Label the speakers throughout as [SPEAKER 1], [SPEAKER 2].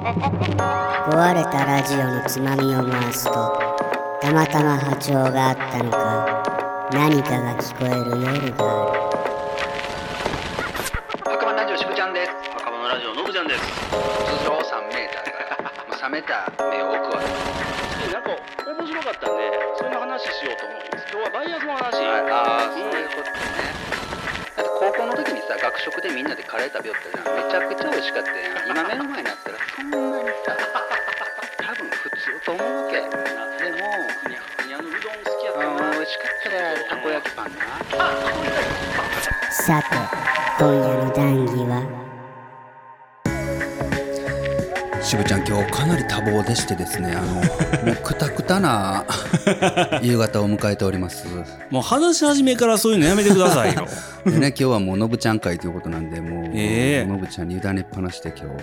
[SPEAKER 1] 壊れたラジオのつまみを回すとたまたま波長があったのか何かが聞こえる夜がある
[SPEAKER 2] 赤羽ラジオしぶちゃんです赤羽ラジオのぶちゃんです通常3メーターだからもう冷めた目を置くわ
[SPEAKER 3] なんか面白かったんで、そんな話しようと思います。今日はバイアスの話。
[SPEAKER 2] ああーそう
[SPEAKER 3] うん
[SPEAKER 2] いうことねだって高校の時にさ学食でみんなでカレー食べよったじゃんめちゃくちゃ美味しかったやん今目の前になったらそんなにさ多分普通と思うわけでも
[SPEAKER 3] ふにゃふにゃのうどん好きやった
[SPEAKER 2] うん
[SPEAKER 3] な。
[SPEAKER 2] 美味しかったでたこ焼きパンな
[SPEAKER 1] さて今夜の談義は
[SPEAKER 2] 渋ちゃん今日かなり多忙でしてです ねあのもうくたくたな夕方を迎えております
[SPEAKER 4] もう話し始めからそういうのやめてくださ いよ。
[SPEAKER 2] で ね今日はもうのぶちゃん会ということなんでもう、
[SPEAKER 4] ええ
[SPEAKER 2] のぶちゃんに委ねっぱなしで今日は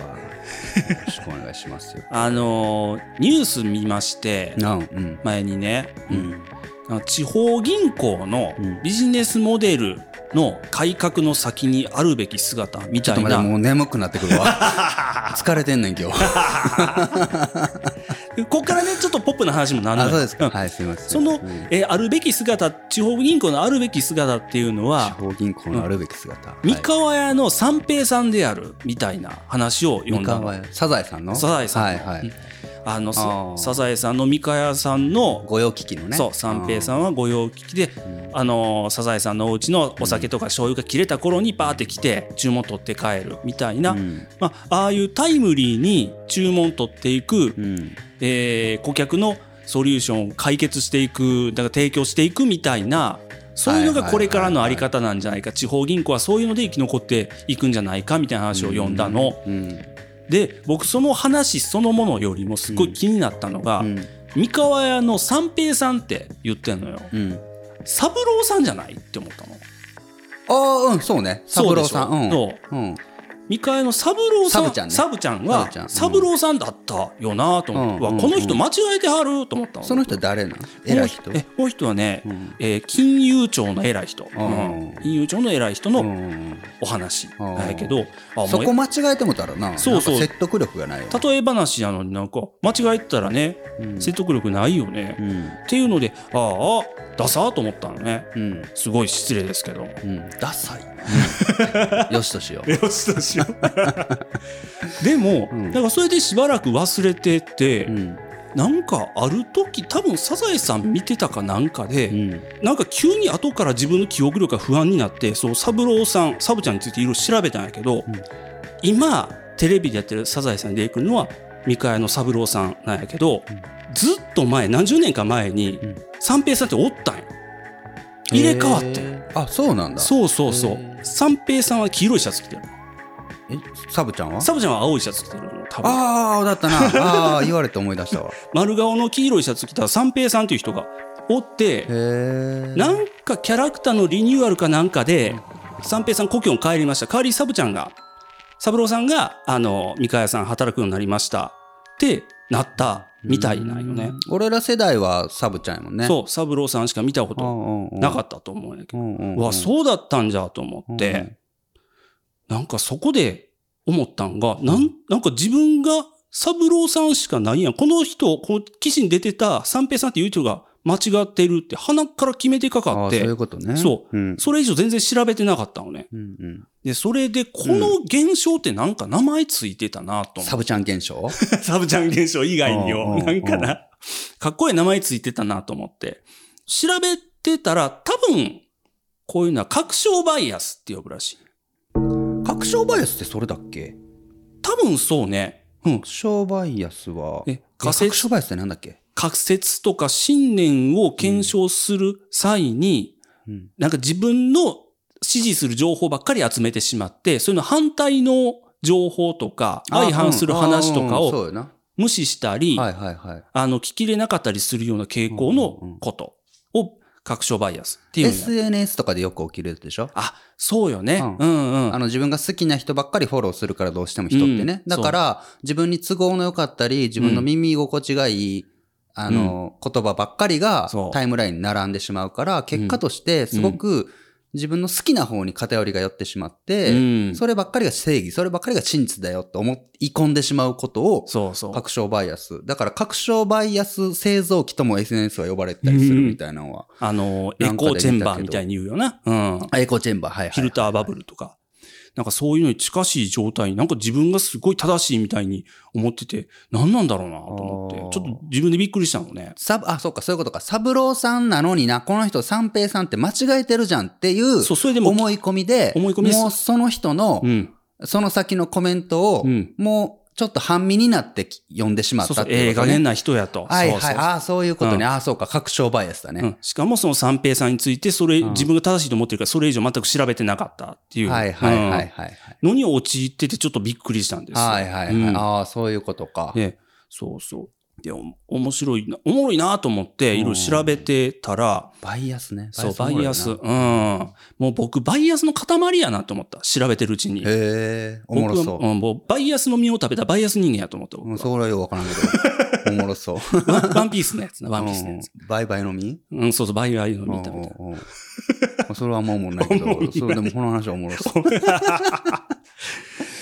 [SPEAKER 2] よろしくお願いします よ
[SPEAKER 4] あのーニュース見まして、
[SPEAKER 2] なあうん
[SPEAKER 4] 前にね、
[SPEAKER 2] う
[SPEAKER 4] うんん、あの地方銀行の
[SPEAKER 2] うん
[SPEAKER 4] ビジネスモデルの改革の先にあるべき姿み
[SPEAKER 2] ちょ
[SPEAKER 4] た
[SPEAKER 2] っと
[SPEAKER 4] い
[SPEAKER 2] まだ
[SPEAKER 4] な、
[SPEAKER 2] もう眠くなってく るわ疲れてんねん今日
[SPEAKER 4] ここからね、ちょっとポップな話もなるの
[SPEAKER 2] あ
[SPEAKER 4] よ
[SPEAKER 2] そうですか
[SPEAKER 4] ん
[SPEAKER 2] はいすいません
[SPEAKER 4] その、
[SPEAKER 2] うん地
[SPEAKER 4] えーあるべき姿、地方銀行のあるべき姿っていうのは、
[SPEAKER 2] 方銀行のあるべき姿、はい
[SPEAKER 4] 三河屋の三平さんであるみたいな話を読
[SPEAKER 2] 三
[SPEAKER 4] んだの
[SPEAKER 2] 河屋サザエさんの
[SPEAKER 4] サザエさん
[SPEAKER 2] はい
[SPEAKER 4] の
[SPEAKER 2] はい
[SPEAKER 4] あの
[SPEAKER 2] あー
[SPEAKER 4] サザエさんの三河屋さんの
[SPEAKER 2] 御用聞きのね
[SPEAKER 4] そう三平さんは御用聞きで、
[SPEAKER 2] ん
[SPEAKER 4] あのーサザエさんのお家のお酒とか醤油が切れた頃にバーって来て注文取って帰るみたいな、
[SPEAKER 2] うん
[SPEAKER 4] まあ、ああいうタイムリーに注文取っていく、
[SPEAKER 2] うん
[SPEAKER 4] えー顧客のソリューションを解決していくだから提供していくみたいなそういうのがこれからのあり方なんじゃないか地方銀行はそういうので生き残っていくんじゃないかみたいな話を読んだの。
[SPEAKER 2] うん
[SPEAKER 4] で僕その話そのものよりもすごい気になったのが、
[SPEAKER 2] うん
[SPEAKER 4] 三河屋の三平さんって言ってんのよ
[SPEAKER 2] うん
[SPEAKER 4] 三郎さんじゃないって思ったの
[SPEAKER 2] ああうんそうね三郎さん
[SPEAKER 4] そうでしょ
[SPEAKER 2] うんうん
[SPEAKER 4] 三河屋の三郎さん
[SPEAKER 2] サブちゃんね
[SPEAKER 4] サブちゃん
[SPEAKER 2] サブちゃんう
[SPEAKER 4] は
[SPEAKER 2] ん
[SPEAKER 4] 三郎さんだったよなと思って、
[SPEAKER 2] うん
[SPEAKER 4] わこの人間違えてはると思ったの
[SPEAKER 2] その人誰なん
[SPEAKER 4] こ
[SPEAKER 2] 偉
[SPEAKER 4] の
[SPEAKER 2] い人
[SPEAKER 4] えこの人はね、
[SPEAKER 2] うん
[SPEAKER 4] えー金融庁の偉い人、
[SPEAKER 2] あー
[SPEAKER 4] うん金融庁の偉い人
[SPEAKER 2] う
[SPEAKER 4] の
[SPEAKER 2] ん
[SPEAKER 4] お話
[SPEAKER 2] あー
[SPEAKER 4] なんやけど、あ
[SPEAKER 2] そ
[SPEAKER 4] もう
[SPEAKER 2] こ間違えてもたらな
[SPEAKER 4] そうそう
[SPEAKER 2] なんか説得力がないよ
[SPEAKER 4] 例え話なのになんか間違えてたらね、
[SPEAKER 2] うん
[SPEAKER 4] 説得力ないよね、
[SPEAKER 2] うん
[SPEAKER 4] っていうのでああダサーと思ったのね
[SPEAKER 2] うん
[SPEAKER 4] すごい失礼ですけど
[SPEAKER 2] うんダサい よしとしよう
[SPEAKER 4] よしとしよ でも、
[SPEAKER 2] うん
[SPEAKER 4] なんかそれでしばらく忘れてて、
[SPEAKER 2] うん
[SPEAKER 4] なんかある時多分サザエさん見てたかなんかで、
[SPEAKER 2] うん
[SPEAKER 4] なんか急に後から自分の記憶力が不安になってそう三郎さんサブちゃんについていろいろ調べたんやけど、
[SPEAKER 2] ん
[SPEAKER 4] 今テレビでやってる「サザエさん」で出てくるのは三河屋の三郎さんなんやけど、ずっと前何十年か前に
[SPEAKER 2] うん
[SPEAKER 4] 三平さんっておったんよ入れ替わってん
[SPEAKER 2] へーあそうなんだ
[SPEAKER 4] そうそうそ
[SPEAKER 2] へ
[SPEAKER 4] う
[SPEAKER 2] ー
[SPEAKER 4] 三平さんは黄色いシャツ着てる
[SPEAKER 2] えサブちゃんは
[SPEAKER 4] サブちゃんは青いシャツ着てるの多分
[SPEAKER 2] ああだったなあー言われて思い出 したわ
[SPEAKER 4] 丸顔の黄色いシャツ着た三平さんという人がおって
[SPEAKER 2] へえ
[SPEAKER 4] なんかキャラクターのリニューアルかなんかで、三平さん故郷に帰りました。代わりにサブちゃんが、三郎さんが、あの、三河屋さん働くようになりました。ってなったみたいなんよね。
[SPEAKER 2] 俺ら世代はサブちゃんやもんね
[SPEAKER 4] そう、三郎さんしか見たこ
[SPEAKER 2] う
[SPEAKER 4] と
[SPEAKER 2] んうんうん
[SPEAKER 4] なかったと思うんやけ
[SPEAKER 2] う
[SPEAKER 4] ど。
[SPEAKER 2] んうん
[SPEAKER 4] うわ、そうだったんじゃと思っ
[SPEAKER 2] う
[SPEAKER 4] て
[SPEAKER 2] ん、
[SPEAKER 4] なんかそこで思ったんが、なん、なんか自分が三郎さんしかないやん。この人、この記事に出てた三平さんっていう人が間違ってるって鼻から決めてか
[SPEAKER 2] あ
[SPEAKER 4] か
[SPEAKER 2] あ
[SPEAKER 4] っ
[SPEAKER 2] そう
[SPEAKER 4] て
[SPEAKER 2] い、うことね
[SPEAKER 4] そう
[SPEAKER 2] うん
[SPEAKER 4] それ以上全然調べてなかったのね。
[SPEAKER 2] うんうん
[SPEAKER 4] で、それで、この現象ってなんか名前ついてたなと思
[SPEAKER 2] サ
[SPEAKER 4] っ
[SPEAKER 2] ブちゃん現象
[SPEAKER 4] て。サブちゃん現象以外に
[SPEAKER 2] うんうんう
[SPEAKER 4] よ。
[SPEAKER 2] ん
[SPEAKER 4] なんかな。かっこいい名前ついてたなと思って。調べてたら、多分、こういうのは確証バイアスって呼ぶらしい。
[SPEAKER 2] 確証バイアスってそれだっけ
[SPEAKER 4] 多分そうね。うん。
[SPEAKER 2] 確証バイアスは
[SPEAKER 4] え
[SPEAKER 2] え
[SPEAKER 4] 仮説
[SPEAKER 2] 確証バイアスってなんだっけ
[SPEAKER 4] 仮説とか信念を検証する際に、
[SPEAKER 2] うん
[SPEAKER 4] なんか自分の支持する情報ばっかり集めてしまって、そういうの反対の情報とか、相反する話と
[SPEAKER 2] あ
[SPEAKER 4] か
[SPEAKER 2] うんあーうんそ
[SPEAKER 4] を
[SPEAKER 2] うよな
[SPEAKER 4] 無視したり、
[SPEAKER 2] はいはいはい
[SPEAKER 4] あの、聞きれなかったりするような傾向のことを、確証バイアスっていうんだ。
[SPEAKER 2] SNS とかでよく起きるやつでしょ
[SPEAKER 4] あ、そうよね。
[SPEAKER 2] う
[SPEAKER 4] うんんうん。
[SPEAKER 2] あの自分が好きな人ばっかりフォローするからどうしても人ってね。
[SPEAKER 4] うん
[SPEAKER 2] だから自分に都合の良かったり、自分の耳心地がいい、あの、言葉ばっかりが
[SPEAKER 4] そう
[SPEAKER 2] タイムラインに並んでしまうから、結果としてすごく自分の好きな方に偏りが寄ってしまって、
[SPEAKER 4] うん
[SPEAKER 2] そればっかりが正義、そればっかりが真実だよと思い込んでしまうことを、
[SPEAKER 4] そうそう。
[SPEAKER 2] 確証バイアス。だから確証バイアス製造機とも SNS は呼ばれたりするみたいなのは。
[SPEAKER 4] あの、エ
[SPEAKER 2] なんか
[SPEAKER 4] コ
[SPEAKER 2] で
[SPEAKER 4] ーチェンバーみたいに言うよな。うん。
[SPEAKER 2] あエコーチェンバー、はいはい、はい。
[SPEAKER 4] フィルターバブルとか。なんかそういうのに近しい状態に、なんか自分がすごい正しいみたいに思ってて、何なんだろうなと思って、
[SPEAKER 2] あー
[SPEAKER 4] ちょっと自分でびっくりしたのね。
[SPEAKER 2] サブ、あ、そうか、そういうことか。サブローさんなのにな、この人、三平さんって間違えてるじゃんっていう
[SPEAKER 4] そう、それでも、
[SPEAKER 2] 思い込みで、
[SPEAKER 4] 思い込みです
[SPEAKER 2] もうその人の
[SPEAKER 4] う、ん。
[SPEAKER 2] その先のコメントを、
[SPEAKER 4] うん
[SPEAKER 2] もうちょっと半身になってき読んでしまっ
[SPEAKER 4] そう
[SPEAKER 2] た
[SPEAKER 4] そ
[SPEAKER 2] っ
[SPEAKER 4] う、
[SPEAKER 2] て
[SPEAKER 4] え
[SPEAKER 2] い
[SPEAKER 4] え
[SPEAKER 2] うこと
[SPEAKER 4] 加
[SPEAKER 2] ね。
[SPEAKER 4] 減な人やと。
[SPEAKER 2] はい
[SPEAKER 4] そ
[SPEAKER 2] は
[SPEAKER 4] うそ
[SPEAKER 2] い。
[SPEAKER 4] う
[SPEAKER 2] ああ、そういうこと
[SPEAKER 4] うん
[SPEAKER 2] ね。ああ、そうか、確証バイアスだ
[SPEAKER 4] う
[SPEAKER 2] ね。
[SPEAKER 4] ん、しかもその三平さんについて、それ、
[SPEAKER 2] うん
[SPEAKER 4] 自分が正しいと思ってるから、それ以上全く調べてなかったっていう。
[SPEAKER 2] はいはいはいはい
[SPEAKER 4] うん
[SPEAKER 2] はい。
[SPEAKER 4] のに陥ってて、ちょっとびっくりしたんですよ。
[SPEAKER 2] はいはいはい。
[SPEAKER 4] うん
[SPEAKER 2] ああ、そういうことか。
[SPEAKER 4] で、そうそう。で、おも面白いな、おもろいなと思って、いろいろ調べてたら、
[SPEAKER 2] バイアスね。
[SPEAKER 4] そう、バ
[SPEAKER 2] おもろい
[SPEAKER 4] イ
[SPEAKER 2] な
[SPEAKER 4] アス。うん。もう僕、バイアスの塊やなと思った。調べてるうちに。
[SPEAKER 2] へえ、お
[SPEAKER 4] 僕
[SPEAKER 2] も
[SPEAKER 4] は
[SPEAKER 2] ろそう。
[SPEAKER 4] うん、もうバイアスの実を食べたバイアス人間やと思った。僕
[SPEAKER 2] うん、
[SPEAKER 4] は
[SPEAKER 2] それはよくわからんけど。おもろそう。
[SPEAKER 4] ワンワンピースのやつな、ワンピースのやつ。
[SPEAKER 2] うんバイバイのみ
[SPEAKER 4] うん、そうそう、バイアスの実食べた。
[SPEAKER 2] うんうんうんそれはもうおもんないけ
[SPEAKER 4] おもんな
[SPEAKER 2] ど、
[SPEAKER 4] い
[SPEAKER 2] それでもこの話はおもろそう。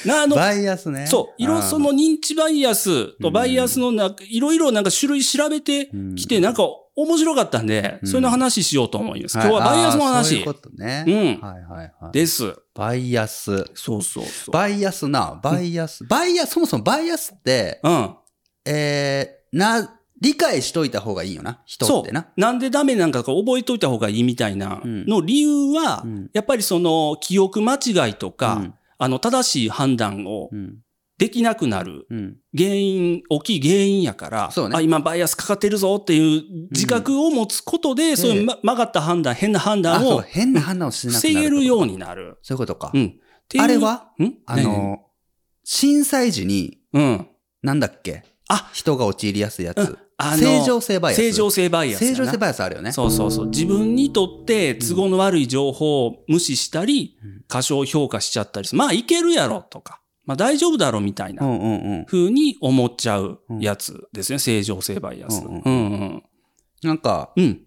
[SPEAKER 4] な、 あの、
[SPEAKER 2] バイアスね。
[SPEAKER 4] そう、いろ、
[SPEAKER 2] ん
[SPEAKER 4] その、認知バイアスとバイアスのな、いろいろなんか種類調べてき
[SPEAKER 2] う
[SPEAKER 4] て、
[SPEAKER 2] ん
[SPEAKER 4] なんか面白かったんで、
[SPEAKER 2] うん
[SPEAKER 4] それの話しようと思います。今日はバイアスの
[SPEAKER 2] あーそうい
[SPEAKER 4] 話
[SPEAKER 2] うことね。
[SPEAKER 4] うん
[SPEAKER 2] はいはいはい。
[SPEAKER 4] です。
[SPEAKER 2] バイアス。
[SPEAKER 4] そうそうそう。
[SPEAKER 2] バイアスな、バイアス。バイアス、そもそもバイアスって、
[SPEAKER 4] うん。
[SPEAKER 2] えー、な、理解しといた方がいいよな。人ってな。
[SPEAKER 4] なんでダメなんかこう覚えといた方がいいみたいな
[SPEAKER 2] うん
[SPEAKER 4] の理由は、
[SPEAKER 2] うん
[SPEAKER 4] やっぱりその記憶間違いとか、
[SPEAKER 2] うん
[SPEAKER 4] あの正しい判断を
[SPEAKER 2] うん。
[SPEAKER 4] できなくなる
[SPEAKER 2] うん。
[SPEAKER 4] 原因、大きい原因やから、
[SPEAKER 2] そうね
[SPEAKER 4] あ今バイアスかかってるぞっていう自覚を持つことで、そういう、ま曲がった判断、変な判
[SPEAKER 2] あ、
[SPEAKER 4] 断
[SPEAKER 2] そう、
[SPEAKER 4] を
[SPEAKER 2] 変な判断をしなくなる
[SPEAKER 4] 防げるようになる。
[SPEAKER 2] そういうことか
[SPEAKER 4] う。ん。っていう
[SPEAKER 2] あれは
[SPEAKER 4] ん
[SPEAKER 2] あ、の、震災時に、
[SPEAKER 4] 何々うん。
[SPEAKER 2] なんだっけ
[SPEAKER 4] あ
[SPEAKER 2] 人が陥りやすいや
[SPEAKER 4] う
[SPEAKER 2] つ
[SPEAKER 4] ん。あの
[SPEAKER 2] 正常性バイアス。
[SPEAKER 4] 正常性バイアスや
[SPEAKER 2] 正
[SPEAKER 4] な。
[SPEAKER 2] 常性バイアスあるよね。
[SPEAKER 4] そうそうそう。自分にとって都合の悪い情報を無視したり
[SPEAKER 2] うん、
[SPEAKER 4] 過小評価しちゃったりする。まあ、いけるやろとか、まあ、大丈夫だろみたいうなん
[SPEAKER 2] うんうん。
[SPEAKER 4] 風に思っちゃうやつですね。正常性バイアス。う
[SPEAKER 2] うんん
[SPEAKER 4] うん。
[SPEAKER 2] なんか、
[SPEAKER 4] うん。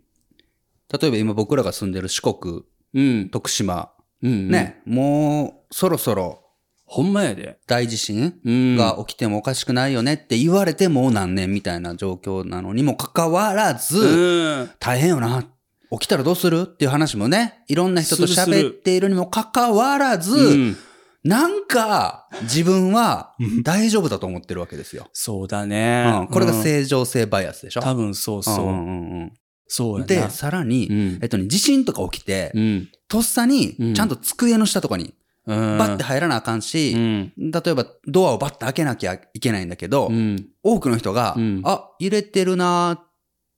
[SPEAKER 2] 例えば今僕らが住んでる四国、
[SPEAKER 4] うん。
[SPEAKER 2] 徳島、
[SPEAKER 4] うん。。
[SPEAKER 2] ね、もうそろそろ
[SPEAKER 4] ほんまやで。
[SPEAKER 2] 大地震
[SPEAKER 4] うん。
[SPEAKER 2] が起きてもおかしくないよねって言われてもう何年みたいな状況なのにもかかわらず、
[SPEAKER 4] うん。
[SPEAKER 2] 大変よな。起きたらどうするっていう話もね、いろんな人と
[SPEAKER 4] するする
[SPEAKER 2] 喋っているにもかかわらず、
[SPEAKER 4] うん。
[SPEAKER 2] なんか自分は大丈夫だと思ってるわけですよ。
[SPEAKER 4] そうだ
[SPEAKER 2] う
[SPEAKER 4] ね
[SPEAKER 2] ん。これが
[SPEAKER 4] うん
[SPEAKER 2] 正常性バイアスでしょ。
[SPEAKER 4] 多分
[SPEAKER 2] う
[SPEAKER 4] そう
[SPEAKER 2] んう
[SPEAKER 4] そ
[SPEAKER 2] ん
[SPEAKER 4] う。
[SPEAKER 2] うん
[SPEAKER 4] そうやな。
[SPEAKER 2] で、さら
[SPEAKER 4] う
[SPEAKER 2] に、
[SPEAKER 4] ん
[SPEAKER 2] えっ。とね、地震とか起きて、
[SPEAKER 4] うん。
[SPEAKER 2] とっさ
[SPEAKER 4] うん
[SPEAKER 2] に、ちゃんと机の下とかに、バッて
[SPEAKER 4] っ
[SPEAKER 2] 入らなあかん
[SPEAKER 4] て
[SPEAKER 2] し、
[SPEAKER 4] うん。
[SPEAKER 2] 例えばドアをバッて開けなきゃいけないんだけど、
[SPEAKER 4] うん。
[SPEAKER 2] 多くの人が、
[SPEAKER 4] うん
[SPEAKER 2] あ、揺れてるなーっ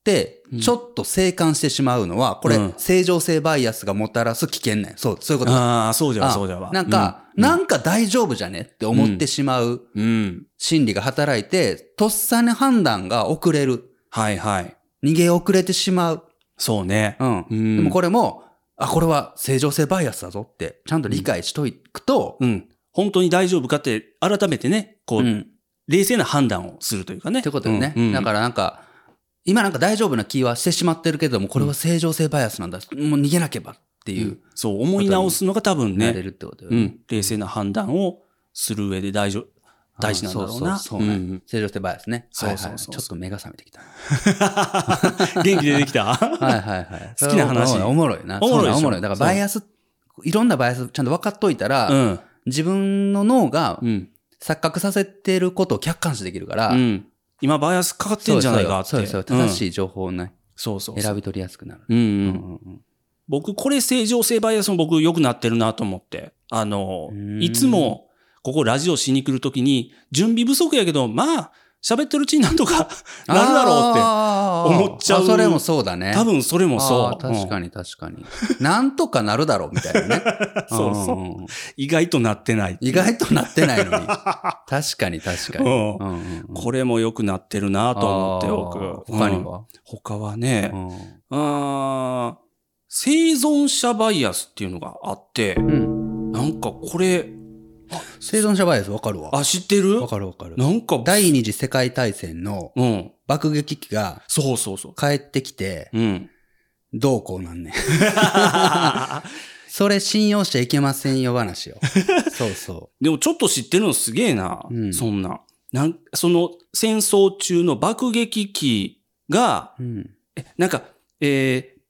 [SPEAKER 2] て
[SPEAKER 4] うん、
[SPEAKER 2] ちょっと静観してしまうのは、これ、
[SPEAKER 4] うん
[SPEAKER 2] 正常性バイアスがもたらす危険ね。そう、そういうことだ。
[SPEAKER 4] ああ、そうじゃわ、
[SPEAKER 2] あ
[SPEAKER 4] そうじゃわ。
[SPEAKER 2] なんか、
[SPEAKER 4] うん
[SPEAKER 2] なんか大丈夫じゃねって思ってしまう
[SPEAKER 4] うん、うん。
[SPEAKER 2] 心理が働いて、とっさに判断が遅れる。
[SPEAKER 4] はいはい。
[SPEAKER 2] 逃げ遅れてしまう。
[SPEAKER 4] そうね。
[SPEAKER 2] うん。
[SPEAKER 4] うん
[SPEAKER 2] でもこれも、あ、これは正常性バイアスだぞって、ちゃんと理解しといくと、
[SPEAKER 4] うん。本当に大丈夫かって、改めてね、こう、
[SPEAKER 2] うん
[SPEAKER 4] 冷静な判断をするというかね。
[SPEAKER 2] ってことよね。
[SPEAKER 4] うんうん
[SPEAKER 2] だからなんか、今なんか大丈夫な気はしてしまってるけども、これは正常性バイアスなんだ。もう逃げなければっていう
[SPEAKER 4] う、んそう、思い直すのが多分
[SPEAKER 2] なれ
[SPEAKER 4] ね、
[SPEAKER 2] るってことよ
[SPEAKER 4] う
[SPEAKER 2] ね。
[SPEAKER 4] ん。冷静な判断をする上で大丈夫、 大事なんだろうな。
[SPEAKER 2] あそうそうそうね
[SPEAKER 4] ん
[SPEAKER 2] 正常性バイアスね。
[SPEAKER 4] そうそうそ
[SPEAKER 2] はいはい
[SPEAKER 4] う
[SPEAKER 2] はいちょっと目が覚めてきた。
[SPEAKER 4] 元気出てきた
[SPEAKER 2] はいはい はい。
[SPEAKER 4] 好きな話
[SPEAKER 2] それはおもろいな。
[SPEAKER 4] おもろいでし
[SPEAKER 2] そうな
[SPEAKER 4] ょ
[SPEAKER 2] おもろい。だからバイアス、いろんなバイアスちゃんと分かっといたら、
[SPEAKER 4] うん。
[SPEAKER 2] 自分の脳が
[SPEAKER 4] うん。
[SPEAKER 2] 錯覚させてることを客観視できるから、
[SPEAKER 4] うん。今、バイアスかかってんじゃないかって。
[SPEAKER 2] そうですそうです正
[SPEAKER 4] い。
[SPEAKER 2] しい情報をね、
[SPEAKER 4] そうそうそう。
[SPEAKER 2] 選び取りやすくなる。
[SPEAKER 4] うんう。
[SPEAKER 2] うんんうん
[SPEAKER 4] 僕、これ正常性バイアスも僕良くなってるなと思って。あの
[SPEAKER 2] う、ん
[SPEAKER 4] いつも、ここラジオしに来るときに、準備不足やけど、まあ、喋ってるうちになん とかなるだろうっ
[SPEAKER 2] って
[SPEAKER 4] 思っちゃう
[SPEAKER 2] それもそうだ
[SPEAKER 4] て。
[SPEAKER 2] ね。
[SPEAKER 4] 多分それも
[SPEAKER 2] あ
[SPEAKER 4] そ
[SPEAKER 2] ー
[SPEAKER 4] う。
[SPEAKER 2] 確か
[SPEAKER 4] に。。
[SPEAKER 2] に確かに。なんとかなるだろうみたいなね
[SPEAKER 4] そうそうん
[SPEAKER 2] んん
[SPEAKER 4] 意外となってない。
[SPEAKER 2] 意外となってないのに。確かに確かに。
[SPEAKER 4] うん
[SPEAKER 2] うんうんうん
[SPEAKER 4] これも良くなってるなと思って、
[SPEAKER 2] あー
[SPEAKER 4] 僕。
[SPEAKER 2] 他に
[SPEAKER 4] うん
[SPEAKER 2] は、
[SPEAKER 4] 他はね
[SPEAKER 2] う、ん
[SPEAKER 4] あー生存者バイアスっていうのがあって、
[SPEAKER 2] うん
[SPEAKER 4] なんかこれ、
[SPEAKER 2] 生存者バイアスわかるわ。
[SPEAKER 4] あ、知ってる
[SPEAKER 2] わかるわかる。
[SPEAKER 4] なんか、
[SPEAKER 2] 第二次世界大戦の
[SPEAKER 4] うん。
[SPEAKER 2] 爆撃機が
[SPEAKER 4] そうそうそう。
[SPEAKER 2] 帰ってきて
[SPEAKER 4] う、ん。
[SPEAKER 2] どうこうなんねん。それ信用しちゃいけませんよ話よ。そうそ
[SPEAKER 4] でもちょっと知ってるのすげえな、
[SPEAKER 2] うん
[SPEAKER 4] そんな。なん、その戦争中の爆撃機が、
[SPEAKER 2] う。うん。
[SPEAKER 4] えなんか、えー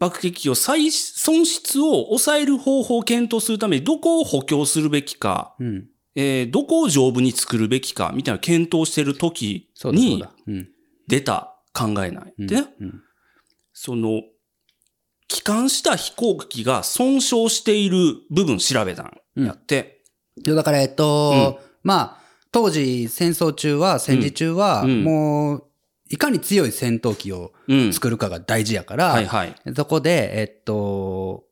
[SPEAKER 4] 爆撃機を再、損失を抑える方法を検討するためにどこを補強するべきか、
[SPEAKER 2] うん。
[SPEAKER 4] えーどこを丈夫に作るべきか、みたいな検討してる時
[SPEAKER 2] そうだそう
[SPEAKER 4] に
[SPEAKER 2] だ。うん。
[SPEAKER 4] 出た考えない。
[SPEAKER 2] うん
[SPEAKER 4] でね、
[SPEAKER 2] うん
[SPEAKER 4] その、帰還した飛行機が損傷している部分調べたんやって、
[SPEAKER 2] いやだから、えっと、まあ、当時、戦争中は、戦時中は、
[SPEAKER 4] うんうん
[SPEAKER 2] もう、いかに強い戦闘機を
[SPEAKER 4] うん。
[SPEAKER 2] 作るかが大事やから、
[SPEAKER 4] はいはい。
[SPEAKER 2] そこで、えっと、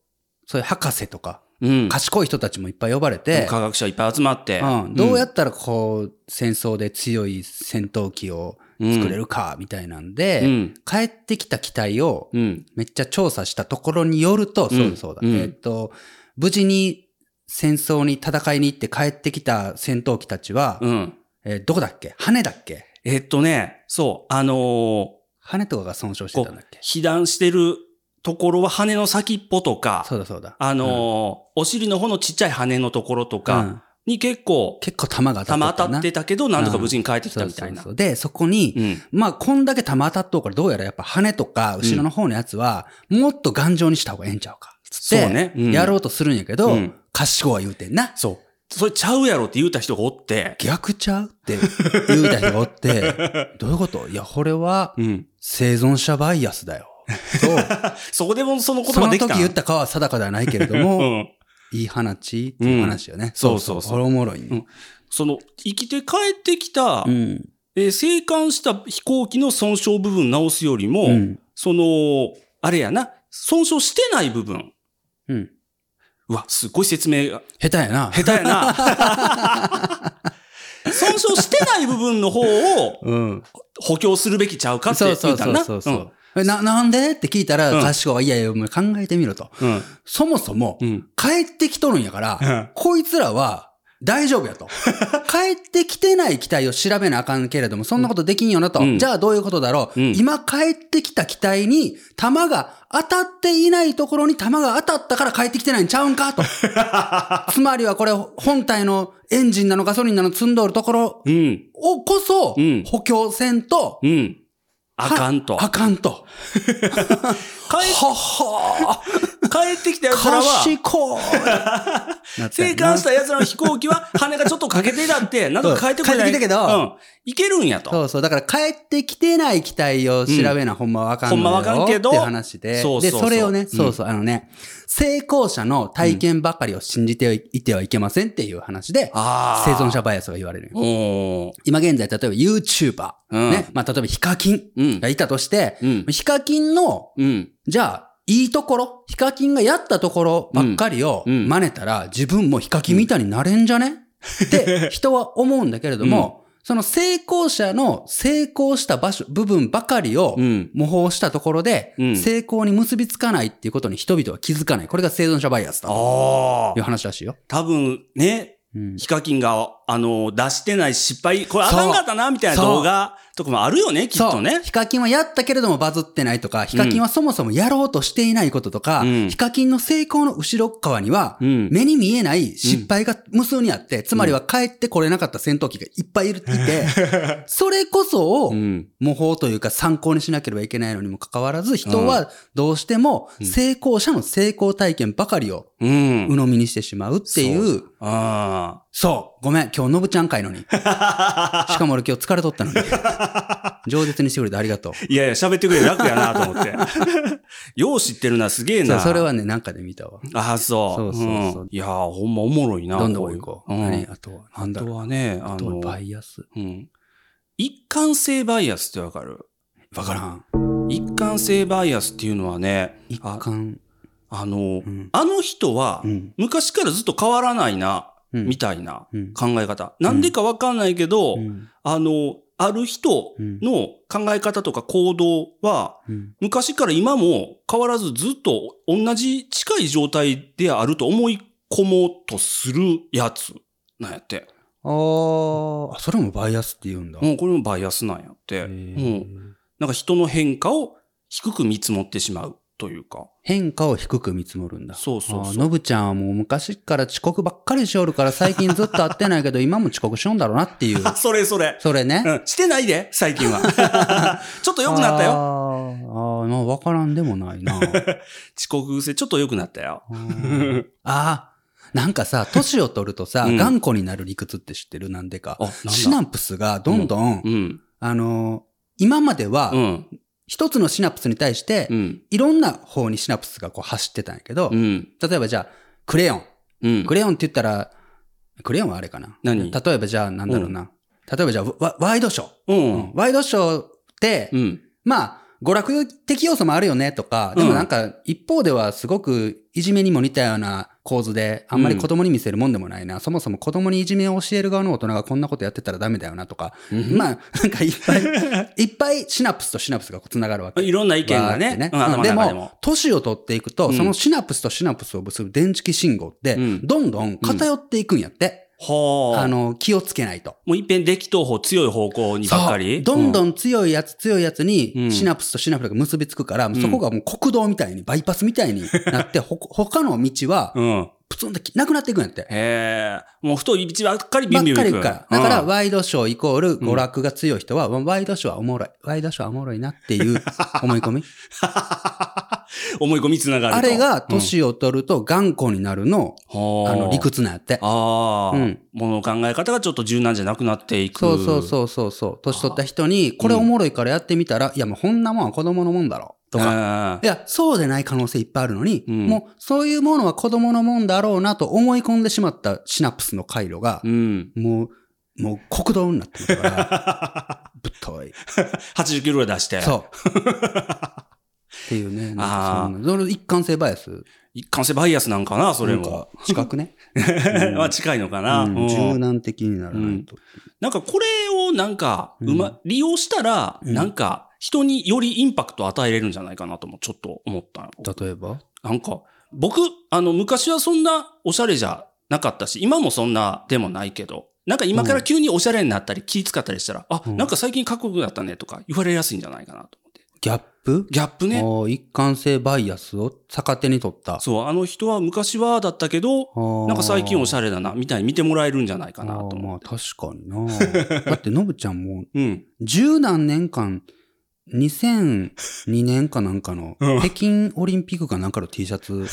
[SPEAKER 2] そういう博士とか、
[SPEAKER 4] うん。
[SPEAKER 2] 賢い人たちもいっぱい呼ばれて、
[SPEAKER 4] 科学者いっぱい集まって、
[SPEAKER 2] うん、どうやったらこう、戦争で強い戦闘機を作れるか、みたいなんで、
[SPEAKER 4] うん
[SPEAKER 2] 帰ってきた機体を
[SPEAKER 4] うん。
[SPEAKER 2] めっちゃ調査したところによると、
[SPEAKER 4] うん
[SPEAKER 2] そうだそうだ、
[SPEAKER 4] うん
[SPEAKER 2] えっと、無事に戦争に戦いに行って帰ってきた戦闘機たちは、
[SPEAKER 4] うん。
[SPEAKER 2] えーどこだっけ羽だっけ
[SPEAKER 4] えっとね、そう、あのー
[SPEAKER 2] 羽とかが損傷して
[SPEAKER 4] こ
[SPEAKER 2] たん
[SPEAKER 4] う
[SPEAKER 2] だっけ、
[SPEAKER 4] 被弾してるところは羽の先っぽとか、
[SPEAKER 2] そうだそうだ。
[SPEAKER 4] あのーお尻の方のちっちゃい羽のところと
[SPEAKER 2] う
[SPEAKER 4] か
[SPEAKER 2] ん
[SPEAKER 4] に結構、
[SPEAKER 2] 結構弾が当たって
[SPEAKER 4] 弾
[SPEAKER 2] た
[SPEAKER 4] 当たってたけど、なんとか無事に帰ってき
[SPEAKER 2] そ
[SPEAKER 4] た
[SPEAKER 2] う
[SPEAKER 4] みた
[SPEAKER 2] そ
[SPEAKER 4] いうな
[SPEAKER 2] そ。う。で、そこに、
[SPEAKER 4] うん。
[SPEAKER 2] まあ、こんだけ弾当たっとうから、どうやらやっぱ羽とか、後ろの方のやつは、もっと頑丈にした方がええんちゃうか。つっ
[SPEAKER 4] そう
[SPEAKER 2] て
[SPEAKER 4] ねうん
[SPEAKER 2] やろうとするんやけど、
[SPEAKER 4] うん
[SPEAKER 2] 賢い言うてんな。
[SPEAKER 4] そう。それちゃうやろって言った人がおって、
[SPEAKER 2] 逆ちゃうって言うた人がお って、どういうこといや、これは
[SPEAKER 4] うん。
[SPEAKER 2] 生存者バイアスだ よ。と、
[SPEAKER 4] そこでもその言
[SPEAKER 2] そ
[SPEAKER 4] 葉
[SPEAKER 2] の
[SPEAKER 4] で
[SPEAKER 2] 時
[SPEAKER 4] きたん
[SPEAKER 2] 言ったかは定かではないけれど
[SPEAKER 4] う
[SPEAKER 2] も、
[SPEAKER 4] ん。
[SPEAKER 2] いい話っていう話よね。
[SPEAKER 4] そうそうそう
[SPEAKER 2] これおもろいね。
[SPEAKER 4] その、生きて帰ってきた、
[SPEAKER 2] うん。
[SPEAKER 4] えー生還した飛行機の損傷部分直すより
[SPEAKER 2] う
[SPEAKER 4] も、
[SPEAKER 2] ん。
[SPEAKER 4] その、あれやな、損傷してない部分。
[SPEAKER 2] うん。
[SPEAKER 4] うわ、すっごい説明が
[SPEAKER 2] 下手やな。
[SPEAKER 4] 下手や な。損傷してない部分の方を
[SPEAKER 2] うん。
[SPEAKER 4] 補強するべきちゃうかって
[SPEAKER 2] そ
[SPEAKER 4] 言
[SPEAKER 2] う
[SPEAKER 4] っ
[SPEAKER 2] そう
[SPEAKER 4] たん
[SPEAKER 2] そ
[SPEAKER 4] な。
[SPEAKER 2] うそうそう。えな、なんでって聞いたら、
[SPEAKER 4] うん
[SPEAKER 2] 賢いはいやいや、お前考えてみろと。
[SPEAKER 4] うん。うん
[SPEAKER 2] そもそも
[SPEAKER 4] う、ん。
[SPEAKER 2] 帰ってきとるんやから、
[SPEAKER 4] うん
[SPEAKER 2] こいつらは大丈夫 やと。帰ってきてない機体を調べなあかんけれども、そんなことできんよなと。
[SPEAKER 4] うん
[SPEAKER 2] じゃあどういうことだろう、
[SPEAKER 4] うん
[SPEAKER 2] 今帰ってきた機体に弾が当たっていないところに弾が当たったから帰ってきてないんちゃうんか と。つまりはこれ本体のエンジンなのガソリンなの積んどるところ
[SPEAKER 4] うん。
[SPEAKER 2] をこそ
[SPEAKER 4] うん
[SPEAKER 2] 補強せんと、
[SPEAKER 4] うん。あかんと。
[SPEAKER 2] あかんと。
[SPEAKER 4] 帰
[SPEAKER 2] はは
[SPEAKER 4] 帰ってきた奴らは、
[SPEAKER 2] 賢い。
[SPEAKER 4] 生還した奴らの飛行機は羽がちょっと欠けてたって、なんとか帰ってこれない。
[SPEAKER 2] 帰ってきたけど
[SPEAKER 4] うん。いけるんやと。
[SPEAKER 2] そうそう。だから帰ってきてない機体を調べな、ほんまわかんない。
[SPEAKER 4] ほんまわかんけど
[SPEAKER 2] って話で。
[SPEAKER 4] そうそうそう
[SPEAKER 2] で、それを
[SPEAKER 4] うん
[SPEAKER 2] ね、そうそう、あのね、成功者の体験ばかりを信じてはいてはいけませんっていう話で、
[SPEAKER 4] ああ。
[SPEAKER 2] 生存者バイアスが言われるよ。
[SPEAKER 4] おー
[SPEAKER 2] 今現在、例えば YouTuber、
[SPEAKER 4] うん
[SPEAKER 2] ね、まあ例えばヒカキ
[SPEAKER 4] う
[SPEAKER 2] ン
[SPEAKER 4] ん
[SPEAKER 2] が。いたとして、
[SPEAKER 4] うん。
[SPEAKER 2] ヒカキンの、
[SPEAKER 4] うん。
[SPEAKER 2] じゃあ、いいところ、ヒカキンがやったところばっかりを
[SPEAKER 4] うんうん
[SPEAKER 2] 真似たら、自分もヒカキンみたいになれんじゃ ね、って人は思うんだけれども、その成功者の成功した場所、部分ばかりを
[SPEAKER 4] うん
[SPEAKER 2] 模倣したところで
[SPEAKER 4] うん、
[SPEAKER 2] 成功に結びつかないっていうことに人々は気づかない。これが生存者バイアスだと
[SPEAKER 4] あ
[SPEAKER 2] い
[SPEAKER 4] あ
[SPEAKER 2] う。話らしいよ。
[SPEAKER 4] 多分ね、
[SPEAKER 2] うん
[SPEAKER 4] ヒカキンが、あの、出してない失敗、これあかんかったな、みたいな動画とかもあるよね、きっとね
[SPEAKER 2] そう。ヒカキンはやったけれどもバズってないとか、ヒカキンはそもそもやろうとしていないこととか、
[SPEAKER 4] うん
[SPEAKER 2] ヒカキンの成功の後ろっ側には、
[SPEAKER 4] うん
[SPEAKER 2] 目に見えない失敗が無数にあって、つまりは帰ってこれなかった戦闘機がいっぱいいるいて、 それこそを
[SPEAKER 4] ん。
[SPEAKER 2] 模倣というか参考にしなければいけないのにもかかわらず、人はどうしても
[SPEAKER 4] うん
[SPEAKER 2] 成功者の成功体験ばかりを
[SPEAKER 4] うん。
[SPEAKER 2] 鵜呑みにしてしまうっていう、
[SPEAKER 4] あ
[SPEAKER 2] そう、ごめん、今日のぶちゃん会の に。しかも俺今日疲れとったのに。饒舌にしてくれてありがとう。
[SPEAKER 4] あ。いやいや、喋ってくれ楽やなと思 って。よう知ってるな、すげえ
[SPEAKER 2] そう
[SPEAKER 4] な。
[SPEAKER 2] それ。はね、なんかで見たわ。
[SPEAKER 4] ああ、そう。
[SPEAKER 2] そうそうそうん
[SPEAKER 4] いやー、ほんまおもろいな。
[SPEAKER 2] どんどん行こう。
[SPEAKER 4] ん
[SPEAKER 2] 何あとは、なん
[SPEAKER 4] あ
[SPEAKER 2] だ
[SPEAKER 4] と
[SPEAKER 2] ろう。
[SPEAKER 4] はね、あ
[SPEAKER 2] あとは
[SPEAKER 4] の、
[SPEAKER 2] バイアス。
[SPEAKER 4] うん。一貫性バイアスってわかる
[SPEAKER 2] わからん。
[SPEAKER 4] 一貫性バイアスっていうのはね、
[SPEAKER 2] 一
[SPEAKER 4] あ
[SPEAKER 2] 貫。
[SPEAKER 4] あの
[SPEAKER 2] う、ん。
[SPEAKER 4] あの人は
[SPEAKER 2] う、ん。
[SPEAKER 4] 昔からずっと変わらないな、
[SPEAKER 2] うん
[SPEAKER 4] みたいな
[SPEAKER 2] うん
[SPEAKER 4] 考え方。な、んでかわかんないけど、
[SPEAKER 2] うん
[SPEAKER 4] あの、ある人
[SPEAKER 2] うん
[SPEAKER 4] の考え方とか行動は、
[SPEAKER 2] うん
[SPEAKER 4] 昔から今も変わらずずっと同じ近い状態であると思い込もうとするやつなんやって。
[SPEAKER 2] あーあ、それもバイアスって言うんだ。
[SPEAKER 4] もうこれもバイアスなんやって。
[SPEAKER 2] へ
[SPEAKER 4] う
[SPEAKER 2] ー
[SPEAKER 4] ん。なんか人の変化を低く見積もってしまうとい うか。
[SPEAKER 2] 変化を低く見積もるんだ。
[SPEAKER 4] そうそうそう
[SPEAKER 2] あーのぶちゃんはもう昔から遅刻ばっかりしおるから最近ずっと会ってないけ ど今も遅刻しよんだろうなっていう。
[SPEAKER 4] あ、それそれ。
[SPEAKER 2] それね。
[SPEAKER 4] うん、してないで、最近 は。ちょっと良くなった
[SPEAKER 2] あ
[SPEAKER 4] よ。
[SPEAKER 2] ーあー、まあわからんでもない な。
[SPEAKER 4] 遅刻癖、ちょっと良くなったよ。
[SPEAKER 2] ああ。なんかさ、年を取るとさ、
[SPEAKER 4] うん
[SPEAKER 2] 頑固になる理屈って知ってるなんでか
[SPEAKER 4] あ、。なんだ
[SPEAKER 2] シナプスがどんどん、
[SPEAKER 4] うん。
[SPEAKER 2] あのー今までは
[SPEAKER 4] う、ん。
[SPEAKER 2] 一つのシナプスに対して、
[SPEAKER 4] うん。
[SPEAKER 2] いろんな方にシナプスがこう走ってたんやけど、
[SPEAKER 4] うん。
[SPEAKER 2] 例えばじゃあ、クレヨン。
[SPEAKER 4] うん
[SPEAKER 2] ク。レヨンって言ったら、クレヨンはあれかな。
[SPEAKER 4] 何
[SPEAKER 2] 例えばじゃあ、なんだろうな。例えばじゃあワ、ワイドショー。
[SPEAKER 4] う
[SPEAKER 2] うん
[SPEAKER 4] ん。
[SPEAKER 2] ワイドショーって、
[SPEAKER 4] うん。
[SPEAKER 2] まあ、娯楽的要素もあるよねとか、で
[SPEAKER 4] う
[SPEAKER 2] も
[SPEAKER 4] ん
[SPEAKER 2] なんか、一方ではすごくいじめにも似たような構図で、あんまり子供に見せるもんでもないな。そもそも子供にいじめを教える側の大人がこんなことやってたらダメだよなとか、まあ、なんかいっぱい、いっぱいシナプスとシナプスがこう繋がるわけ。
[SPEAKER 4] いろんな意見が
[SPEAKER 2] わーって
[SPEAKER 4] ね、うん
[SPEAKER 2] うん
[SPEAKER 4] 頭の
[SPEAKER 2] で
[SPEAKER 4] 中で
[SPEAKER 2] も
[SPEAKER 4] も。、
[SPEAKER 2] 年を取っていくと、
[SPEAKER 4] うん
[SPEAKER 2] そのシナプスとシナプスを結ぶ電磁気信号って、
[SPEAKER 4] うん
[SPEAKER 2] どんどん偏っていくんやって。
[SPEAKER 4] はあ。
[SPEAKER 2] あの、気をつけないと。
[SPEAKER 4] もう一遍力投法強い方向にばっかり。
[SPEAKER 2] そうどんど
[SPEAKER 4] ん。
[SPEAKER 2] ん強いやつ強いやつ
[SPEAKER 4] う
[SPEAKER 2] に
[SPEAKER 4] ん
[SPEAKER 2] シナプスとシナプスが結びつくから、
[SPEAKER 4] ん
[SPEAKER 2] そこがもう国道みたいにバイパスみたいにな ってほ他の道は
[SPEAKER 4] うん。
[SPEAKER 2] プツンとなくなっていくんやって。
[SPEAKER 4] へえ。もう太い道ばっかりビ
[SPEAKER 2] ば
[SPEAKER 4] ン
[SPEAKER 2] っ
[SPEAKER 4] ビン
[SPEAKER 2] かり
[SPEAKER 4] 行
[SPEAKER 2] 行
[SPEAKER 4] く。
[SPEAKER 2] くから。だから、
[SPEAKER 4] うん
[SPEAKER 2] ワイドショーイコール娯楽が強い人は、ワイドショーはおもろい。ワイドショーはおもろいなっていう思い込 み。
[SPEAKER 4] 思い込みつながると。
[SPEAKER 2] あれが
[SPEAKER 4] うん
[SPEAKER 2] 年を取ると頑固になるの、
[SPEAKER 4] は
[SPEAKER 2] あの、理。屈なんやって。
[SPEAKER 4] ああ。
[SPEAKER 2] うん
[SPEAKER 4] もの考え方がちょっと柔軟じゃなくなっていく。
[SPEAKER 2] そうそうそうそうそう。年取った人に、これおもろいからやってみたら、いやもうこんなもんは子供のもんだろ。とか。
[SPEAKER 4] か
[SPEAKER 2] い。や、そうでない可能性いっぱいあるのに、
[SPEAKER 4] うん
[SPEAKER 2] もうそういうものは子供のもんだろうなと思い込んでしまったシナプスの回路が
[SPEAKER 4] う、ん。
[SPEAKER 2] もう、もう国道になってるから、 ぶっとい。
[SPEAKER 4] 80キロぐらい出して。
[SPEAKER 2] そう。っていうね。なんか
[SPEAKER 4] あー
[SPEAKER 2] そんなその一貫性バイアス。
[SPEAKER 4] 一貫性バイアスなんかな、それ
[SPEAKER 2] なん
[SPEAKER 4] も
[SPEAKER 2] か。近くね。
[SPEAKER 4] まあ近いのか な。
[SPEAKER 2] うん
[SPEAKER 4] うん
[SPEAKER 2] 柔軟的にならないと。
[SPEAKER 4] なんかこれをなんか、う
[SPEAKER 2] う
[SPEAKER 4] ま、利用したら、
[SPEAKER 2] うん
[SPEAKER 4] なんか人によりインパクトを与えれるんじゃないかなともちょっと思ったの。
[SPEAKER 2] 例えば
[SPEAKER 4] なんか、僕、あの、昔はそんなおしゃれじゃなかったし、今もそんなでもないけど、なんか今から急におしゃれになったり、気使ったりしたら、あ、
[SPEAKER 2] うん
[SPEAKER 4] なんか最近かっこよくなったねとか言われやすいんじゃないかなと思って。
[SPEAKER 2] ギャップ
[SPEAKER 4] ギャップね。
[SPEAKER 2] おー一貫性バイアスを逆手に取った。
[SPEAKER 4] そう、あの人は昔はだったけど、
[SPEAKER 2] な
[SPEAKER 4] なんか最近おし
[SPEAKER 2] れ
[SPEAKER 4] ゃれだな、みたいに見てもらえるんじゃないかなと
[SPEAKER 2] ま
[SPEAKER 4] 思
[SPEAKER 2] あ
[SPEAKER 4] って。
[SPEAKER 2] 確かにな。 だってのぶちゃんも
[SPEAKER 4] うん。
[SPEAKER 2] 十何年間、2002年かなんかの、
[SPEAKER 4] うん
[SPEAKER 2] 北京オリンピックかなんかの T シャツ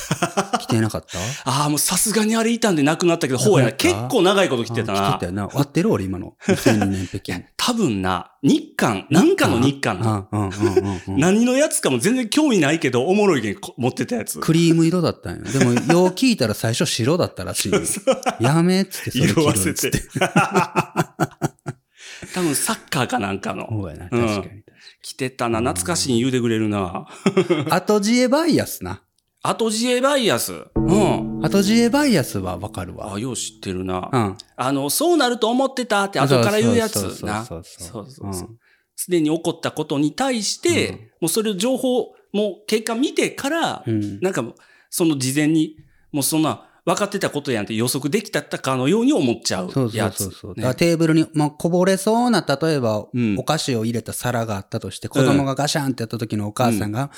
[SPEAKER 2] 着てなかった
[SPEAKER 4] ああ、もうさすがにあれいたんでなくなったけど、ほうやな。
[SPEAKER 2] なくなっ
[SPEAKER 4] 結
[SPEAKER 2] た
[SPEAKER 4] 構長いこと 着てた
[SPEAKER 2] あ
[SPEAKER 4] な
[SPEAKER 2] 着てた。よな。合ってる俺今の。2002年北
[SPEAKER 4] いや
[SPEAKER 2] 京。、
[SPEAKER 4] 多分な、日韓、なんかの日韓な
[SPEAKER 2] あうんうんうんうん
[SPEAKER 4] 何のやつかも全然興味ないけど、おもろいけんこ持ってたやつ。
[SPEAKER 2] クリーム色だったんよ。でも、よう聞いたら最初白だったらしい よ。やめっつってそれ着
[SPEAKER 4] 色
[SPEAKER 2] る
[SPEAKER 4] 褪
[SPEAKER 2] っ
[SPEAKER 4] せ
[SPEAKER 2] つってて。。多
[SPEAKER 4] 多分サッカーかなんかの。
[SPEAKER 2] そうやな、確かに。
[SPEAKER 4] 着てたな、懐かしいに言うてくれるな。
[SPEAKER 2] 後知恵バイアスな。
[SPEAKER 4] 後知恵バイアス。うん。
[SPEAKER 2] 後知恵バイアスはわかるわ
[SPEAKER 4] あ、。よう知ってるな。
[SPEAKER 2] うん。
[SPEAKER 4] あの、そうなると思ってたって後から言うや
[SPEAKER 2] そう
[SPEAKER 4] つ
[SPEAKER 2] そう
[SPEAKER 4] な。
[SPEAKER 2] そうそう
[SPEAKER 4] そう
[SPEAKER 2] そ
[SPEAKER 4] そううそうすでに起こったことに対して、
[SPEAKER 2] うん
[SPEAKER 4] もうそれを情報、もう結果見てから、
[SPEAKER 2] うん。
[SPEAKER 4] なんかもう、その事前に、もうそんな、分かってたことやんって予測できたったかのように思っちゃう
[SPEAKER 2] そうそ
[SPEAKER 4] や
[SPEAKER 2] う
[SPEAKER 4] つ。
[SPEAKER 2] そうそう。だ
[SPEAKER 4] ね
[SPEAKER 2] からテーブルに、まあ、こぼれそうな、例えば、
[SPEAKER 4] うん
[SPEAKER 2] お菓子を入れた皿があったとして、子供がガシャンってやった時のお母さんが、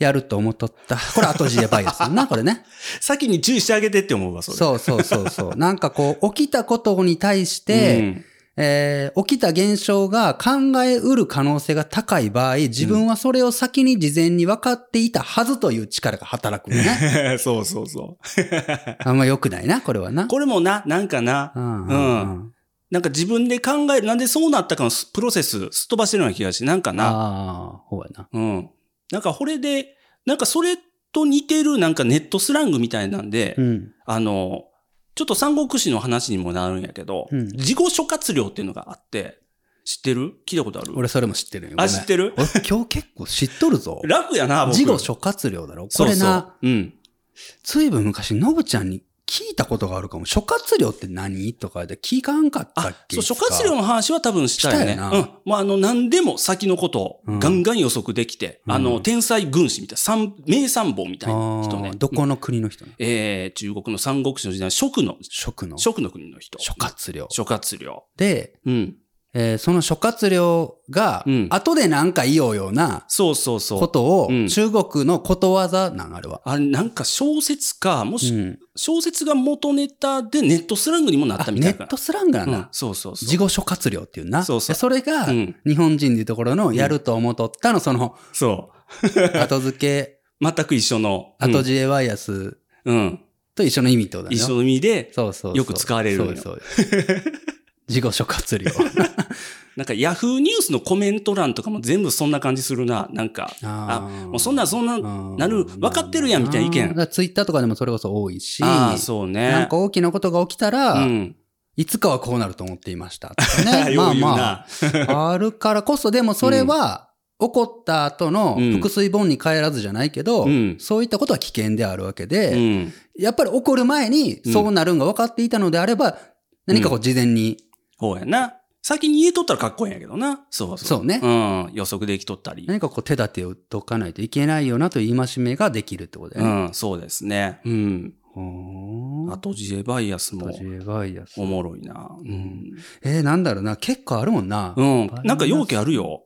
[SPEAKER 2] やると思っとった。これ後知恵バイアスだな、これね。
[SPEAKER 4] 先に注意してあげてって思 うわ、それ。
[SPEAKER 2] そうそうそう そう。なんかこう、起きたことに対して、えー起きた現象が考えうる可能性が高い場合、自分はそれを先に事前に分かっていたはずという力が働くの ね。
[SPEAKER 4] うんそうそうそう。
[SPEAKER 2] あんま良くないな、これはな。
[SPEAKER 4] これもな、なんかな、
[SPEAKER 2] うんうんうん。
[SPEAKER 4] なんか自分で考える、なんでそうなったかのスプロセス、すっ飛ばしてるような気がして、なんかな、
[SPEAKER 2] ああ、ほうやな。
[SPEAKER 4] うん。なんかこれで、なんかそれと似てる、なんかネットスラングみたいなんで、
[SPEAKER 2] うん。
[SPEAKER 4] あの、ちょっと三国志の話にもなるんやけど、
[SPEAKER 2] うん
[SPEAKER 4] 自己諸葛亮っていうのがあって、知ってる聞いたことある
[SPEAKER 2] 俺それも知ってるよ。ご
[SPEAKER 4] あ、
[SPEAKER 2] めん
[SPEAKER 4] 知ってる。
[SPEAKER 2] 俺今日結構知っとるぞ
[SPEAKER 4] 楽やな、僕。
[SPEAKER 2] 事後諸葛亮だろこ
[SPEAKER 4] そう
[SPEAKER 2] れ
[SPEAKER 4] そう
[SPEAKER 2] な、。
[SPEAKER 4] うん。
[SPEAKER 2] ずいぶん昔、のぶちゃんに聞いたことがあるかも。諸葛亮って何とかで聞かんかったっ
[SPEAKER 4] あ、
[SPEAKER 2] け
[SPEAKER 4] そう、諸葛亮の話は多分したよね。
[SPEAKER 2] したよ
[SPEAKER 4] う。
[SPEAKER 2] なん
[SPEAKER 4] まあ、あの、何でも先のことを
[SPEAKER 2] うん
[SPEAKER 4] ガンガン予測できて、
[SPEAKER 2] うん
[SPEAKER 4] あの、天才軍師みたいな、三名参謀みたいな人
[SPEAKER 2] あ
[SPEAKER 4] ね
[SPEAKER 2] あ。どこの国の人なの
[SPEAKER 4] えー、中国の三国志の時代、蜀の、
[SPEAKER 2] 諸の
[SPEAKER 4] 蜀の国の人。
[SPEAKER 2] 諸葛亮。
[SPEAKER 4] 諸葛亮。
[SPEAKER 2] で、
[SPEAKER 4] うん。
[SPEAKER 2] えーその諸葛亮が
[SPEAKER 4] うん、
[SPEAKER 2] 後でなんか言おうような
[SPEAKER 4] そうそうそう。
[SPEAKER 2] ことを、
[SPEAKER 4] うん
[SPEAKER 2] 中国のことわざなん、あれは。
[SPEAKER 4] あれ、なんか小説か、も
[SPEAKER 2] う
[SPEAKER 4] し、
[SPEAKER 2] ん
[SPEAKER 4] 小説が元ネタでネットスラングにもなっ
[SPEAKER 2] あ
[SPEAKER 4] たみ
[SPEAKER 2] ネ
[SPEAKER 4] たいな。
[SPEAKER 2] ットスラングなん
[SPEAKER 4] う
[SPEAKER 2] だ。
[SPEAKER 4] ん、そうそうそう。
[SPEAKER 2] 事後諸葛亮っていうな。
[SPEAKER 4] そうそう
[SPEAKER 2] でそれが、
[SPEAKER 4] うん
[SPEAKER 2] 日本人でいうところの、やると思うとったの、そ の、
[SPEAKER 4] そ
[SPEAKER 2] 後付け、
[SPEAKER 4] う。全く一緒の。
[SPEAKER 2] 後知恵ワイヤス
[SPEAKER 4] うん。うん。
[SPEAKER 2] と一緒の意味ってことだよ。
[SPEAKER 4] 一緒の意味で、
[SPEAKER 2] そうそうそう
[SPEAKER 4] よく使われる
[SPEAKER 2] そ
[SPEAKER 4] の
[SPEAKER 2] う
[SPEAKER 4] よ
[SPEAKER 2] ですそう です。事後諸葛 亮。
[SPEAKER 4] なんかヤフーニュースのコメント欄とかも全部そんな感じするな。なんか、
[SPEAKER 2] あー
[SPEAKER 4] もうそんなんそんな、
[SPEAKER 2] うん
[SPEAKER 4] なる分かってるやんみたいな意見
[SPEAKER 2] だからツイッターとかでもそれこそ多いし、
[SPEAKER 4] ああ、そうね。
[SPEAKER 2] なんか大きなことが起きたら、
[SPEAKER 4] うん。
[SPEAKER 2] いつかはこうなると思っていましたと かね。ま
[SPEAKER 4] よう
[SPEAKER 2] あ
[SPEAKER 4] 言うな
[SPEAKER 2] まあ、あるからこそ、でもそれは、起こった後の
[SPEAKER 4] うん
[SPEAKER 2] 腹水盆に帰らずじゃないけど、
[SPEAKER 4] うん
[SPEAKER 2] そういったことは危険であるわけ
[SPEAKER 4] う
[SPEAKER 2] で、
[SPEAKER 4] ん。
[SPEAKER 2] やっぱり起こる前に
[SPEAKER 4] うん
[SPEAKER 2] そうなるんが分かっていたのであれば、何かこう事前に、
[SPEAKER 4] ほうやな。先に言えとったらかっこいいんやけどな。そうそう。
[SPEAKER 2] そうね
[SPEAKER 4] うん。予測できとったり。
[SPEAKER 2] 何かこう手立てを打っとかないといけないよなという戒めができるってことだ
[SPEAKER 4] う
[SPEAKER 2] よね。
[SPEAKER 4] ん、そうですね。うん。
[SPEAKER 2] ほー
[SPEAKER 4] 後知恵バイアスも
[SPEAKER 2] 閉じればいいやつ
[SPEAKER 4] おもろいな。うん。
[SPEAKER 2] えー、なんだろうな。結構あるもんな。
[SPEAKER 4] うん
[SPEAKER 2] バイア。ス
[SPEAKER 4] なんか容器あるよ。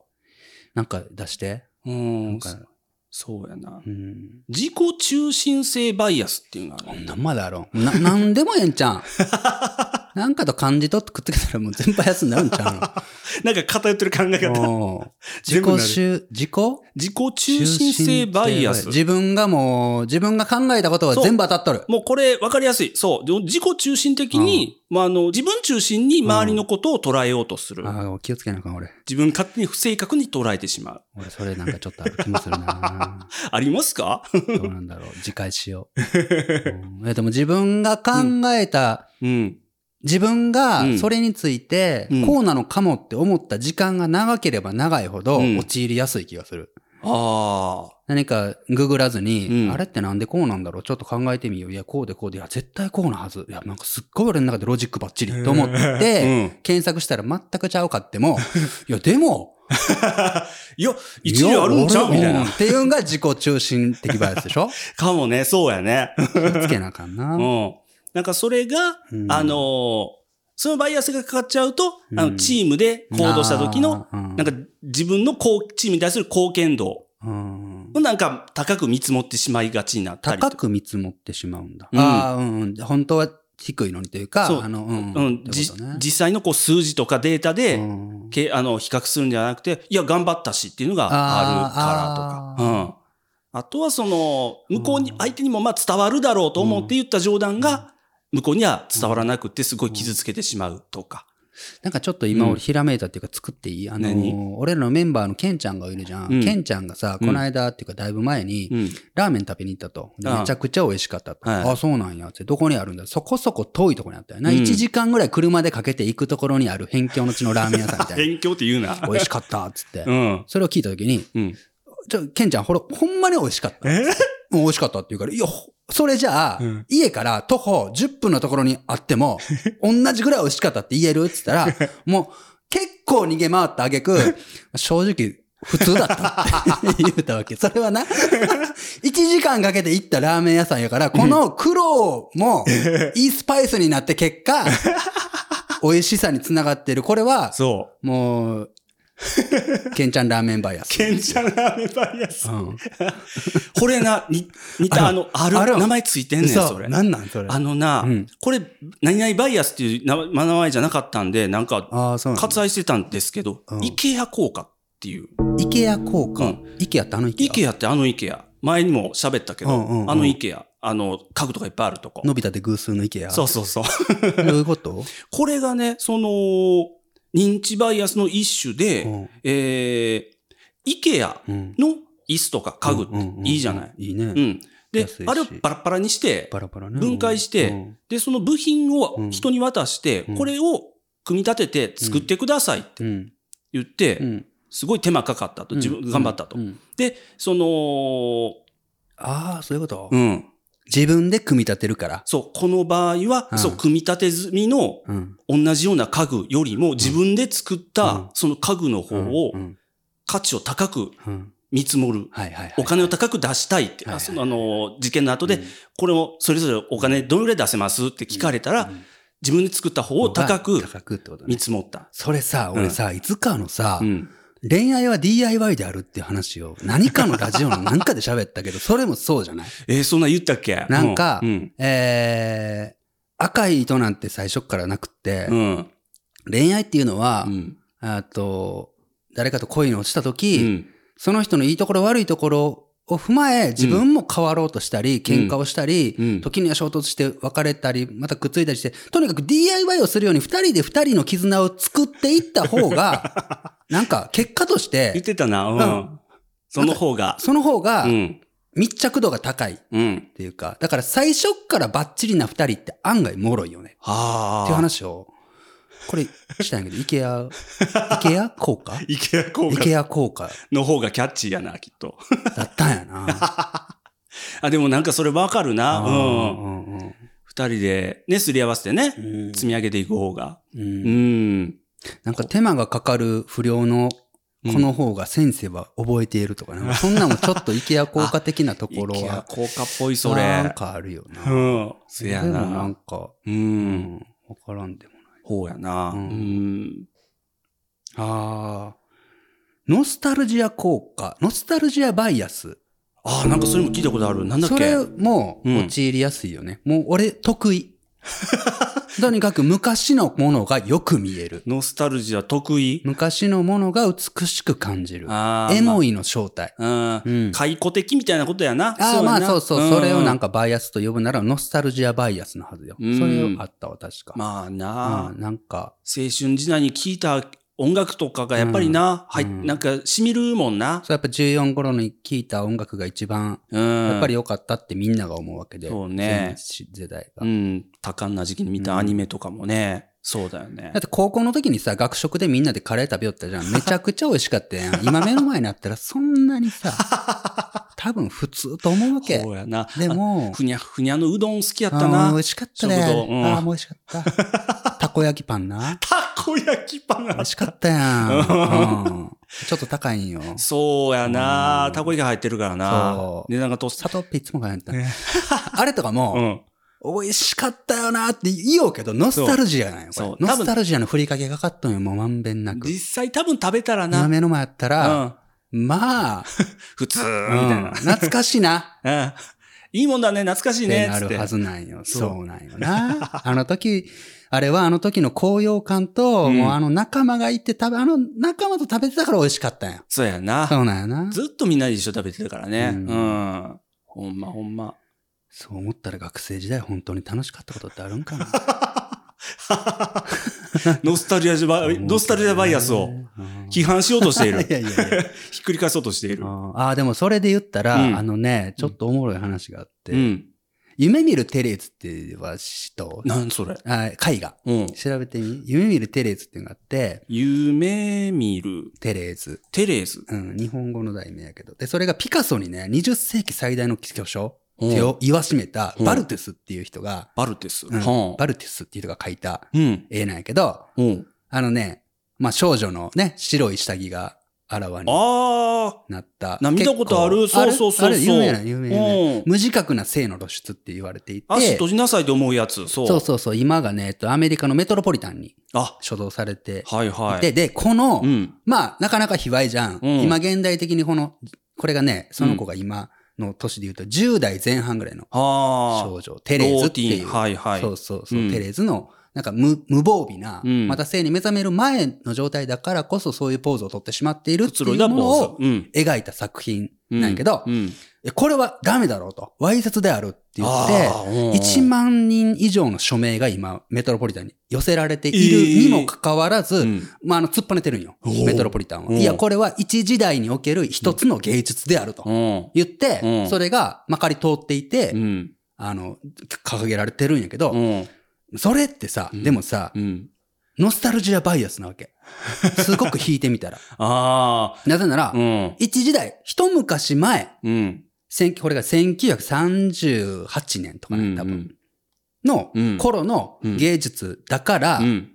[SPEAKER 2] なんか出して。
[SPEAKER 4] う
[SPEAKER 2] なん
[SPEAKER 4] ん。
[SPEAKER 2] か
[SPEAKER 4] そそうやな。
[SPEAKER 2] うん。
[SPEAKER 4] 自己中心性バイアスっていうのがある。
[SPEAKER 2] なんまであろ う。な、なんでもええんちゃん。なんかと漢字とくっつけたらもう全部安になるんち ゃ
[SPEAKER 4] なんか偏ってる考え
[SPEAKER 2] うの
[SPEAKER 4] 方。
[SPEAKER 2] もう自
[SPEAKER 4] 全部な
[SPEAKER 2] 己
[SPEAKER 4] る
[SPEAKER 2] 集、自己
[SPEAKER 4] 自己中心性バイアス。
[SPEAKER 2] 自分がもう、自分が考えたことは
[SPEAKER 4] そう
[SPEAKER 2] 全部当たっとる。
[SPEAKER 4] もうこれ分かりやすい。そう。じょ自己中心的に、まあ、あの、自分中心に周りのことを捉えようとする。
[SPEAKER 2] ああ、気をつけなあかん、俺。
[SPEAKER 4] 自分勝手に不正確に捉えてしまう。
[SPEAKER 2] 俺、それなんかちょっとある気もするな。
[SPEAKER 4] ありますか
[SPEAKER 2] どうなんだろう。自戒しよう。うんえでも自分が考えた、
[SPEAKER 4] うん。
[SPEAKER 2] 自分が
[SPEAKER 4] うん
[SPEAKER 2] それについて
[SPEAKER 4] うん、
[SPEAKER 2] こうなのかもって思った時間が長ければ長いほど、
[SPEAKER 4] うん
[SPEAKER 2] 陥りやすい気がする。
[SPEAKER 4] ああ。
[SPEAKER 2] 何かググらずに、
[SPEAKER 4] うん
[SPEAKER 2] あれってなんでこうなんだろうちょっと考えてみよう。いや、こうでこうで、いや、絶対こうなはず。いや、なんかすっごい俺の中でロジックバッチリと思って、
[SPEAKER 4] うん
[SPEAKER 2] 検索したら全くちゃうか っても、いや、でも、
[SPEAKER 4] いや、一理あるんちゃう
[SPEAKER 2] い
[SPEAKER 4] み
[SPEAKER 2] や俺
[SPEAKER 4] たい
[SPEAKER 2] う。
[SPEAKER 4] なん
[SPEAKER 2] っていうのが自己中心的バイアスでし ょ
[SPEAKER 4] かもね、そうやね。
[SPEAKER 2] 気をつけなあかんな。
[SPEAKER 4] うん。なんかそれが、
[SPEAKER 2] うん
[SPEAKER 4] あのーそのバイアスがかかっちゃうと、あ
[SPEAKER 2] う
[SPEAKER 4] の、
[SPEAKER 2] ん
[SPEAKER 4] チームで行動した時の、
[SPEAKER 2] あー、うん
[SPEAKER 4] なんか、自分のこうチームに対する貢献度
[SPEAKER 2] うん
[SPEAKER 4] をなんか高く見積もってしまいがちになったりと
[SPEAKER 2] 高
[SPEAKER 4] か。
[SPEAKER 2] く見積もってしまうんだ。
[SPEAKER 4] うん
[SPEAKER 2] ああ、うんうん。本当は低いのにというか、
[SPEAKER 4] そう
[SPEAKER 2] あの、うん。
[SPEAKER 4] うん、
[SPEAKER 2] って
[SPEAKER 4] じ
[SPEAKER 2] ことね
[SPEAKER 4] 実際のこう数字とかデータで、
[SPEAKER 2] うん
[SPEAKER 4] けあの比較するんじゃなくて、いや、頑張ったしっていうのがあるからとか。うんあとはその、向こうに、
[SPEAKER 2] うん
[SPEAKER 4] 相手にもまあ伝わるだろうと思って言った冗談が、向こうには伝わらなくて、すごい傷つけてしまうとか。
[SPEAKER 2] なんかちょっと今
[SPEAKER 4] うん
[SPEAKER 2] 俺ひらめいたっていうか作っていい、あの
[SPEAKER 4] 何
[SPEAKER 2] ー、俺らのメンバーのケンちゃんがいるじゃん。
[SPEAKER 4] うん
[SPEAKER 2] ケンちゃんがさ、
[SPEAKER 4] うん
[SPEAKER 2] この間っていうかだいぶ前に、
[SPEAKER 4] うん。
[SPEAKER 2] ラーメン食べに行ったと。で
[SPEAKER 4] ああ
[SPEAKER 2] めちゃくちゃ美味しかったと。
[SPEAKER 4] はい
[SPEAKER 2] ああ、そうなんやって。どこにあるんだそこそこ遠いところにあったよな。
[SPEAKER 4] うん
[SPEAKER 2] 1時間ぐらい車でかけて行くところにある辺境の地のラーメン屋さんみたい
[SPEAKER 4] 勉強って言うな
[SPEAKER 2] な。。美味しかったっつって
[SPEAKER 4] う。ん。
[SPEAKER 2] それを聞いたときに、
[SPEAKER 4] うん。
[SPEAKER 2] ちょ、ケンちゃん、ほら、ほんまに美味しかった。
[SPEAKER 4] え
[SPEAKER 2] うん美味しかったって言うから、いや、ほそれじゃあ、
[SPEAKER 4] うん
[SPEAKER 2] 家から徒歩10分のところにあって も、同じぐらい美味しかったって言えるって言ったら、もう結構逃げ回った挙 句、正直、普通だったって言うたわけ。それはな、1時間かけて行ったラーメン屋さんやから、この苦労 もいいスパイスになって結果、美味しさにつながってる。これは、
[SPEAKER 4] そう。
[SPEAKER 2] も う、ケンちゃんラーメンバイアス。
[SPEAKER 4] ケンちゃんラーメンバイアス
[SPEAKER 2] う。ん
[SPEAKER 4] これな、に似た、
[SPEAKER 2] あ
[SPEAKER 4] あ
[SPEAKER 2] る
[SPEAKER 4] の、あ
[SPEAKER 2] ある
[SPEAKER 4] る、名前ついてんねん、
[SPEAKER 2] 嘘
[SPEAKER 4] それ。
[SPEAKER 2] なんなんそれ。
[SPEAKER 4] あのな、
[SPEAKER 2] うん
[SPEAKER 4] これ、何々バイアスっていう名名前じゃなかったんで、なんか、
[SPEAKER 2] ああ、そうなんだ
[SPEAKER 4] 割愛してたんですけど、
[SPEAKER 2] うん
[SPEAKER 4] イケア効果っていう。
[SPEAKER 2] イケア効果。
[SPEAKER 4] う
[SPEAKER 2] イケアってあのイケア
[SPEAKER 4] イケアってあのイケア。前にも喋ったけど、
[SPEAKER 2] うんうんうん
[SPEAKER 4] あのイケア。あの、家具とかいっぱいあるとこ。
[SPEAKER 2] のび太で偶数のイケア。
[SPEAKER 4] そうそうそ
[SPEAKER 2] ど
[SPEAKER 4] う。
[SPEAKER 2] ういうこと、
[SPEAKER 4] これがね、その、認知バイアスの一種で、
[SPEAKER 2] うん
[SPEAKER 4] えー、イケア
[SPEAKER 2] うん、
[SPEAKER 4] の椅子とか家具っていいじゃない。
[SPEAKER 2] いいね。
[SPEAKER 4] うんで
[SPEAKER 2] 安いし、
[SPEAKER 4] あれをバラッバラにして、
[SPEAKER 2] バラバラね。
[SPEAKER 4] 分解して
[SPEAKER 2] うん
[SPEAKER 4] で、その部品
[SPEAKER 2] う
[SPEAKER 4] を
[SPEAKER 2] ん
[SPEAKER 4] 人に渡して、
[SPEAKER 2] うん
[SPEAKER 4] これを組み立てて作ってくださいって
[SPEAKER 2] うん。
[SPEAKER 4] 言って、
[SPEAKER 2] うん
[SPEAKER 4] すごい手間かかったと。自分頑張ったと。
[SPEAKER 2] うんうん
[SPEAKER 4] で、その、
[SPEAKER 2] ああ、そういうこと、
[SPEAKER 4] うん。
[SPEAKER 2] 自分で組み立てるから。
[SPEAKER 4] そう、この場合は、
[SPEAKER 2] うん
[SPEAKER 4] そう、組み立て済みの
[SPEAKER 2] うん。
[SPEAKER 4] 同じような家具よりも自分で作っ
[SPEAKER 2] うん
[SPEAKER 4] たその家具の方を
[SPEAKER 2] うん。
[SPEAKER 4] 価値を高く
[SPEAKER 2] うん。
[SPEAKER 4] 見積もる。
[SPEAKER 2] はいはい、はい。
[SPEAKER 4] お金を高く出したいって、
[SPEAKER 2] はいはい
[SPEAKER 4] あその、あの、事件の後で
[SPEAKER 2] うん、
[SPEAKER 4] これをそれぞれお金どれぐらい出せますって聞かれたら、
[SPEAKER 2] うん
[SPEAKER 4] 自分で作った方を高く
[SPEAKER 2] 高くってことね
[SPEAKER 4] 見。積もった。
[SPEAKER 2] それさ、俺さ、いつかのさ、
[SPEAKER 4] うん。
[SPEAKER 2] 恋愛は DIY であるっていう話を何かのラジオの何かで喋ったけど、それもそうじゃない
[SPEAKER 4] えーそんな言ったっけ
[SPEAKER 2] なんか
[SPEAKER 4] うん。
[SPEAKER 2] えー、赤い糸なんて最初っからなくって、
[SPEAKER 4] うん。
[SPEAKER 2] 恋愛っていうのは
[SPEAKER 4] う、ん。
[SPEAKER 2] あと、誰かと恋に落ちた
[SPEAKER 4] う
[SPEAKER 2] 時、
[SPEAKER 4] ん。
[SPEAKER 2] その人のいいところ悪いところを踏まえ、自分も変わろうとしたり、喧嘩をしたり、
[SPEAKER 4] うん
[SPEAKER 2] 時には衝突して別れたり、またくっついたりして、とにかく DIY をするように二人で二人の絆を作っていった方 が、なんか結果とし、
[SPEAKER 4] 言っててたな。う。
[SPEAKER 2] うん
[SPEAKER 4] その方が。
[SPEAKER 2] その方が
[SPEAKER 4] うん。
[SPEAKER 2] 密着度が高いっ
[SPEAKER 4] うん。
[SPEAKER 2] ていうか、だから最初っからバッチリな二人って案外脆いよね。
[SPEAKER 4] はあ。
[SPEAKER 2] っていう話を、これしたんやけど、イケア、イケア効果
[SPEAKER 4] イケア効
[SPEAKER 2] イ
[SPEAKER 4] 果
[SPEAKER 2] ケア効果
[SPEAKER 4] の方がキャッチーやな、きっと。
[SPEAKER 2] だったんやな。
[SPEAKER 4] あ、でもなんかそれわかるな。 う
[SPEAKER 2] ん
[SPEAKER 4] ん。
[SPEAKER 2] うん
[SPEAKER 4] 二人で、ね、すり合わせてね
[SPEAKER 2] う、ん
[SPEAKER 4] 積み上げていく方が。
[SPEAKER 2] う
[SPEAKER 4] うんん。
[SPEAKER 2] なんか手間がかかる不良の
[SPEAKER 4] うん
[SPEAKER 2] この方が先生は覚えているとか、なんかそんなもちょっとイケア効果的なと
[SPEAKER 4] イ
[SPEAKER 2] ころ
[SPEAKER 4] ケア
[SPEAKER 2] は、
[SPEAKER 4] 効果っぽい、そ
[SPEAKER 2] なん
[SPEAKER 4] れ。
[SPEAKER 2] かあるよな。
[SPEAKER 4] うん。そや
[SPEAKER 2] でもな。
[SPEAKER 4] なん
[SPEAKER 2] か、
[SPEAKER 4] う。
[SPEAKER 2] うんん、わからんでもない。
[SPEAKER 4] ほうやな。う
[SPEAKER 2] うん
[SPEAKER 4] ん。
[SPEAKER 2] ああ。ノスタルジア効果、ノスタルジアバイアス。
[SPEAKER 4] ああ、なんかそれも聞いたことある。なんだっ
[SPEAKER 2] そ
[SPEAKER 4] け
[SPEAKER 2] れも
[SPEAKER 4] うん
[SPEAKER 2] 陥りやすいよね。もう俺得 意。とにかく昔のものがよく見える。
[SPEAKER 4] ノスタルジア得意
[SPEAKER 2] 昔のものが美しく感じる。
[SPEAKER 4] ああ。
[SPEAKER 2] エ
[SPEAKER 4] ま
[SPEAKER 2] モいの正体。
[SPEAKER 4] あう。
[SPEAKER 2] うんん
[SPEAKER 4] 解雇的みたいなことやな。
[SPEAKER 2] ああ、まあそうそう、それをなん
[SPEAKER 4] か。
[SPEAKER 2] かバイアスと呼ぶならノスタルジアバイアスのはずよ。そ
[SPEAKER 4] うん
[SPEAKER 2] れをあったわ、確か。
[SPEAKER 4] まあな
[SPEAKER 2] うんなんか、
[SPEAKER 4] 青春時代に聴いた音楽とかがやっぱりな、はい、
[SPEAKER 2] うん
[SPEAKER 4] なんか染みるもんな。
[SPEAKER 2] そうやっぱ14頃に聴いた音楽が一番、
[SPEAKER 4] うん。
[SPEAKER 2] やっぱり良かったってみんなが思うわけで。
[SPEAKER 4] そうね
[SPEAKER 2] 全世代が。
[SPEAKER 4] うん。多感な時期に見たアニメとかもね、そうだよね
[SPEAKER 2] だっ。て高校の時にさ、学食でみんなでカレー食べよったじゃん。めちゃくちゃ美味しかったや ん。今目の前になったらそんなにさ、多分普通と思うわけ
[SPEAKER 4] そ。うやな。
[SPEAKER 2] でも
[SPEAKER 4] あ、ふにゃふにゃのうどん好きやった
[SPEAKER 2] あー
[SPEAKER 4] な
[SPEAKER 2] 美。味しかったね。
[SPEAKER 4] 食堂うん
[SPEAKER 2] ああ、もう美味しか った。たこ焼きパンな。
[SPEAKER 4] たこ焼きパン
[SPEAKER 2] 美
[SPEAKER 4] が
[SPEAKER 2] 味しかったやん。うんちょっと高いんよ。
[SPEAKER 4] そうやな
[SPEAKER 2] う。ん
[SPEAKER 4] たこ焼き入ってるからな
[SPEAKER 2] そ。う
[SPEAKER 4] で、なんかトス
[SPEAKER 2] 砂糖っていつも買えんだ
[SPEAKER 4] ね。
[SPEAKER 2] あれとか
[SPEAKER 4] う
[SPEAKER 2] も、
[SPEAKER 4] ん。
[SPEAKER 2] 美味しかったよなって言おうけど、ノスタルジアなんよ、
[SPEAKER 4] そ
[SPEAKER 2] こ
[SPEAKER 4] う
[SPEAKER 2] れ。
[SPEAKER 4] 多
[SPEAKER 2] ノス
[SPEAKER 4] 分
[SPEAKER 2] タルジアのふりかけがかかっとんよ、もうまんべんなく。
[SPEAKER 4] 実際多分食べたら
[SPEAKER 2] 今
[SPEAKER 4] な。
[SPEAKER 2] 目の前やったら、
[SPEAKER 4] うん。
[SPEAKER 2] まあ、
[SPEAKER 4] 普通、みた
[SPEAKER 2] うん
[SPEAKER 4] いな。
[SPEAKER 2] 懐かしいな。
[SPEAKER 4] うんいいもんだね、懐かしい
[SPEAKER 2] って
[SPEAKER 4] ね。
[SPEAKER 2] な
[SPEAKER 4] つって
[SPEAKER 2] るはずなんよ。
[SPEAKER 4] そ
[SPEAKER 2] そううなんよな。あの時、あれはあの時の高揚感と、
[SPEAKER 4] うん
[SPEAKER 2] もうあの仲間がいて食べ、あの仲間と食べてたから美味しかったんよ。
[SPEAKER 4] そうやな。
[SPEAKER 2] そうなんよな。
[SPEAKER 4] ずっとみんなで一緒に食べてるからね。う。
[SPEAKER 2] うんん
[SPEAKER 4] ほんまほんま。
[SPEAKER 2] そう思ったら学生時代本当に楽しかったことってあるんかな。
[SPEAKER 4] ノスタルジアバイ、 ノスタルジアバイアスを
[SPEAKER 2] うん
[SPEAKER 4] 批判しようとしてい
[SPEAKER 2] い
[SPEAKER 4] る。
[SPEAKER 2] やいやいや。
[SPEAKER 4] ひっくり返そうとしている。
[SPEAKER 2] ああ、でもそれで言ったら、
[SPEAKER 4] うん
[SPEAKER 2] あのね、ちょっとおもろい話があって、
[SPEAKER 4] うん。
[SPEAKER 2] 夢見るテレーズっては知っとう
[SPEAKER 4] なんそれ。
[SPEAKER 2] あ絵画。
[SPEAKER 4] うん。
[SPEAKER 2] 調べてみ夢見るテレーズっていうのがあって、
[SPEAKER 4] 夢見る
[SPEAKER 2] テレーズ。
[SPEAKER 4] テレーズ。
[SPEAKER 2] うん、日本語の題名やけど。で、それがピカソにね、20世紀最大の巨匠
[SPEAKER 4] うん
[SPEAKER 2] 手を言わしめた
[SPEAKER 4] うん
[SPEAKER 2] バルトゥスっていう人が、
[SPEAKER 4] バルテス。
[SPEAKER 2] うん
[SPEAKER 4] はあ
[SPEAKER 2] バルトゥスっていう人が描いた
[SPEAKER 4] うん。
[SPEAKER 2] 絵なんやけど、
[SPEAKER 4] うん。
[SPEAKER 2] あのね、まあ少女のね、白い下着があらわに
[SPEAKER 4] あ
[SPEAKER 2] なった。
[SPEAKER 4] な見たことある
[SPEAKER 2] 結構
[SPEAKER 4] そうそうそうそう
[SPEAKER 2] あるあれ有名な、有
[SPEAKER 4] あ。
[SPEAKER 2] 名な、
[SPEAKER 4] うん。
[SPEAKER 2] 無自覚な性の露出って言われていて、
[SPEAKER 4] 足閉じなさいと思うやつ。そう。
[SPEAKER 2] そうそうそう、今がね、えっと、アメリカのメトロポリタンに
[SPEAKER 4] あ、
[SPEAKER 2] 所蔵されていて、
[SPEAKER 4] はいはい。
[SPEAKER 2] で、この、
[SPEAKER 4] うん。
[SPEAKER 2] まあ、なかなか卑猥じゃん。
[SPEAKER 4] うん
[SPEAKER 2] 今現代的にこの、これがね、その子が今の年で言うと10代前半ぐらいの
[SPEAKER 4] はあ。
[SPEAKER 2] 少女、テレーズって
[SPEAKER 4] ロ
[SPEAKER 2] い
[SPEAKER 4] ティ
[SPEAKER 2] う。
[SPEAKER 4] ーンはいはい。
[SPEAKER 2] そうそうそう、
[SPEAKER 4] うん
[SPEAKER 2] テレーズの、なんか無無防備な、
[SPEAKER 4] うん
[SPEAKER 2] また性に目覚める前の状態だからこそそういうポーズをとってしまっている
[SPEAKER 4] く
[SPEAKER 2] って
[SPEAKER 4] つ
[SPEAKER 2] い
[SPEAKER 4] ろいうだ
[SPEAKER 2] も
[SPEAKER 4] 坊
[SPEAKER 2] の
[SPEAKER 4] 主
[SPEAKER 2] を
[SPEAKER 4] うん。
[SPEAKER 2] 描いた作品
[SPEAKER 4] うん
[SPEAKER 2] なんやけど、
[SPEAKER 4] うん。って
[SPEAKER 2] えこれはダメだろうと、わいせつであるって言って、1
[SPEAKER 4] 万
[SPEAKER 2] 万人以上の署名が今、メトロポリタンに寄せられているにもかかわらず、まあ、あの、突っぱねてるんよ。
[SPEAKER 4] おー
[SPEAKER 2] メトロポリタン
[SPEAKER 4] う
[SPEAKER 2] は。
[SPEAKER 4] ん
[SPEAKER 2] いや、これは一時代における一つの芸術である
[SPEAKER 4] う
[SPEAKER 2] と
[SPEAKER 4] ん。
[SPEAKER 2] 言っ
[SPEAKER 4] う
[SPEAKER 2] て、
[SPEAKER 4] ん
[SPEAKER 2] それがまかり通っていて
[SPEAKER 4] う、ん。
[SPEAKER 2] あの、掲げられてるんやけど、
[SPEAKER 4] うん。
[SPEAKER 2] それってさ、でもさ
[SPEAKER 4] う、ん。
[SPEAKER 2] ノスタルジアバイアスなわけ。すごく弾いてみたら。
[SPEAKER 4] あ
[SPEAKER 2] なぜな
[SPEAKER 4] あ。
[SPEAKER 2] ら
[SPEAKER 4] う、ん。
[SPEAKER 2] 一時代、一昔前、
[SPEAKER 4] うん。
[SPEAKER 2] 千これが1938年とかね、多分、の
[SPEAKER 4] うん
[SPEAKER 2] 頃の芸術だから
[SPEAKER 4] う、ん。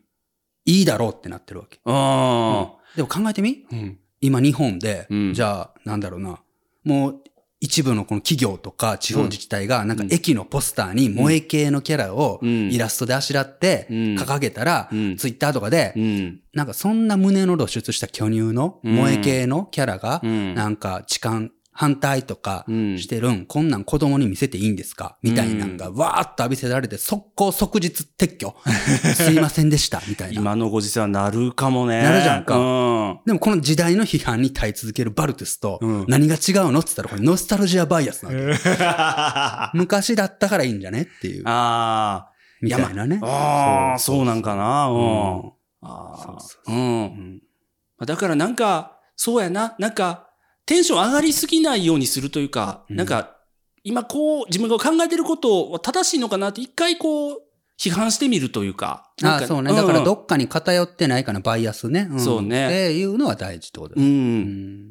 [SPEAKER 2] いいだろうってなってるわけ。
[SPEAKER 4] ああ。
[SPEAKER 2] でも考えてみ
[SPEAKER 4] うん。
[SPEAKER 2] 今日本で、
[SPEAKER 4] うん
[SPEAKER 2] じゃあなんだろうなもう一部のこの企業とか地方自治体が、なんか駅のポスターに萌え系のキャラを
[SPEAKER 4] うん
[SPEAKER 2] イラストであしらって
[SPEAKER 4] うん
[SPEAKER 2] 掲げたら、
[SPEAKER 4] うん
[SPEAKER 2] ツイッターとかで
[SPEAKER 4] う、ん。
[SPEAKER 2] なんかそんな胸の露出した巨乳の
[SPEAKER 4] うん
[SPEAKER 2] 萌え系のキャラが
[SPEAKER 4] う、ん。
[SPEAKER 2] なんか痴漢反対とか
[SPEAKER 4] うん
[SPEAKER 2] してるん、こんなん子供に見せていいんですかみたいなんがわーっと浴びせられて、速攻即日撤去。すいませんでした、みたいな。
[SPEAKER 4] 今のご時世はなるかもね。
[SPEAKER 2] なるじゃんか
[SPEAKER 4] うん。
[SPEAKER 2] でもこの時代の批判に耐え続けるバルトゥスと
[SPEAKER 4] うん
[SPEAKER 2] 何が違うのって言ったらこれノスタルジアバイアスなわけ。
[SPEAKER 4] あ
[SPEAKER 2] 昔だったからいいんじゃねっていう。
[SPEAKER 4] あ
[SPEAKER 2] みたいなね
[SPEAKER 4] ー。。ああ、そうなんかな。う
[SPEAKER 2] う
[SPEAKER 4] ん。
[SPEAKER 2] ん
[SPEAKER 4] あ
[SPEAKER 2] そうう
[SPEAKER 4] あ。う。
[SPEAKER 2] んん。
[SPEAKER 4] まあだからなんか、そうやな。なんか、テンション上がりすぎないようにするというか、
[SPEAKER 2] うん
[SPEAKER 4] なんか、今こう、自分が考えてることは正しいのかなって、一回こう、批判してみるというか。
[SPEAKER 2] あ
[SPEAKER 4] なん
[SPEAKER 2] あ、
[SPEAKER 4] か
[SPEAKER 2] そうね。だから
[SPEAKER 4] ん
[SPEAKER 2] どっかに偏ってないかな、バイアスね。ん
[SPEAKER 4] そうね
[SPEAKER 2] っていうのは大事ってことだ
[SPEAKER 4] う。
[SPEAKER 2] ねうん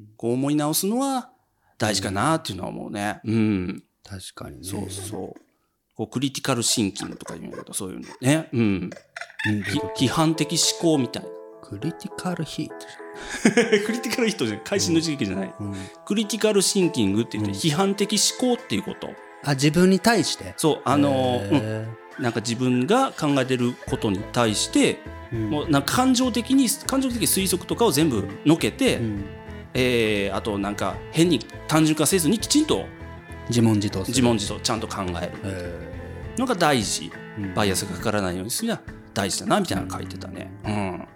[SPEAKER 2] ん。
[SPEAKER 4] こう思い直すのは大事かなっていうのは思うね。うん。
[SPEAKER 2] 確かにね。
[SPEAKER 4] そうそう。こうクリティカルシンキングとか言うんだけど、そういうのね。うん。
[SPEAKER 2] うん。
[SPEAKER 4] ひ批判的思考みたいな。
[SPEAKER 2] クリティカルヒート。
[SPEAKER 4] クリティカル人じゃない。会心の時期じゃない。
[SPEAKER 2] うん
[SPEAKER 4] クリティカルシンキングって言って、
[SPEAKER 2] うん
[SPEAKER 4] 批判的思考っていうこと。
[SPEAKER 2] あ、自分に対して。
[SPEAKER 4] そう、あのー、うん
[SPEAKER 2] へ
[SPEAKER 4] なんか自分が考えてることに対して、
[SPEAKER 2] ーうん
[SPEAKER 4] もうなんか感情的に、感情的推測とかを全部のけて、
[SPEAKER 2] うん
[SPEAKER 4] えーあとなんか変に単純化せずにきちんと
[SPEAKER 2] 自問自答する。
[SPEAKER 4] 自問自答ちゃんと考える
[SPEAKER 2] へ
[SPEAKER 4] のが大事。
[SPEAKER 2] ーうん
[SPEAKER 4] バイアスがかからないようにするのは大事だなみたいなの書いてたね。うん。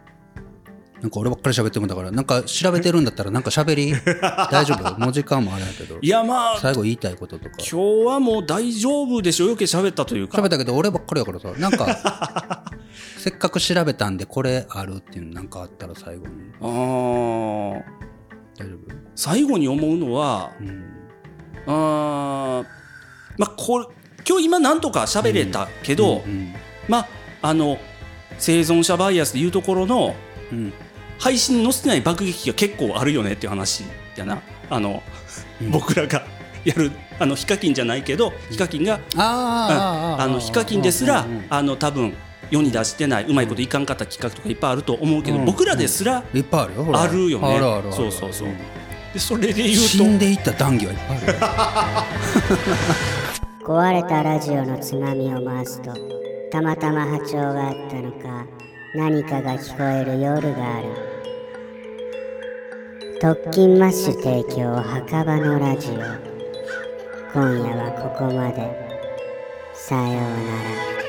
[SPEAKER 2] なんか俺ばっかり喋ってもだから、なんか調べてるんだったら、なんか喋 り、大丈夫もう時間もあれやけど。
[SPEAKER 4] いやまあ
[SPEAKER 2] 最後言いたいこととか。
[SPEAKER 4] 今日はもう大丈夫でしょよけ喋ったというか
[SPEAKER 2] 喋ったけど、俺ばっかりやからさ、なんか、 せっかく調べたんで、これあるっていうのなんかあったら最後に。
[SPEAKER 4] あー
[SPEAKER 2] 大丈夫
[SPEAKER 4] 最後に思うのは
[SPEAKER 2] うん。
[SPEAKER 4] あーまあこれ今日今なんとか喋れたけど、
[SPEAKER 2] うん。
[SPEAKER 4] まああの生存者バイアスでいうところの
[SPEAKER 2] うん。
[SPEAKER 4] 配信に載せてない爆撃が結構あるよねっていう話やなあの、
[SPEAKER 2] うん
[SPEAKER 4] 僕らがやるあのヒカキンじゃないけどヒカキンが
[SPEAKER 2] あーあー、
[SPEAKER 4] あのヒカキンですら
[SPEAKER 2] うんうん
[SPEAKER 4] あの多分世に出してないうまいこといかんかった企画とかいっぱいあると思うけど
[SPEAKER 2] うん
[SPEAKER 4] 僕らですら
[SPEAKER 2] いっぱいあるよ、ほら
[SPEAKER 4] あるよね
[SPEAKER 2] あるあるある。
[SPEAKER 4] そうそうそうんでそれで言
[SPEAKER 2] 死ん
[SPEAKER 4] うと
[SPEAKER 2] でいった談義はいっぱいあるよ。
[SPEAKER 1] 壊れたラジオのつまみを回すとたまたま波長があったのか何かが聞こえる夜がある特勤マッシュ提供墓場のラジオ今夜はここまでさようなら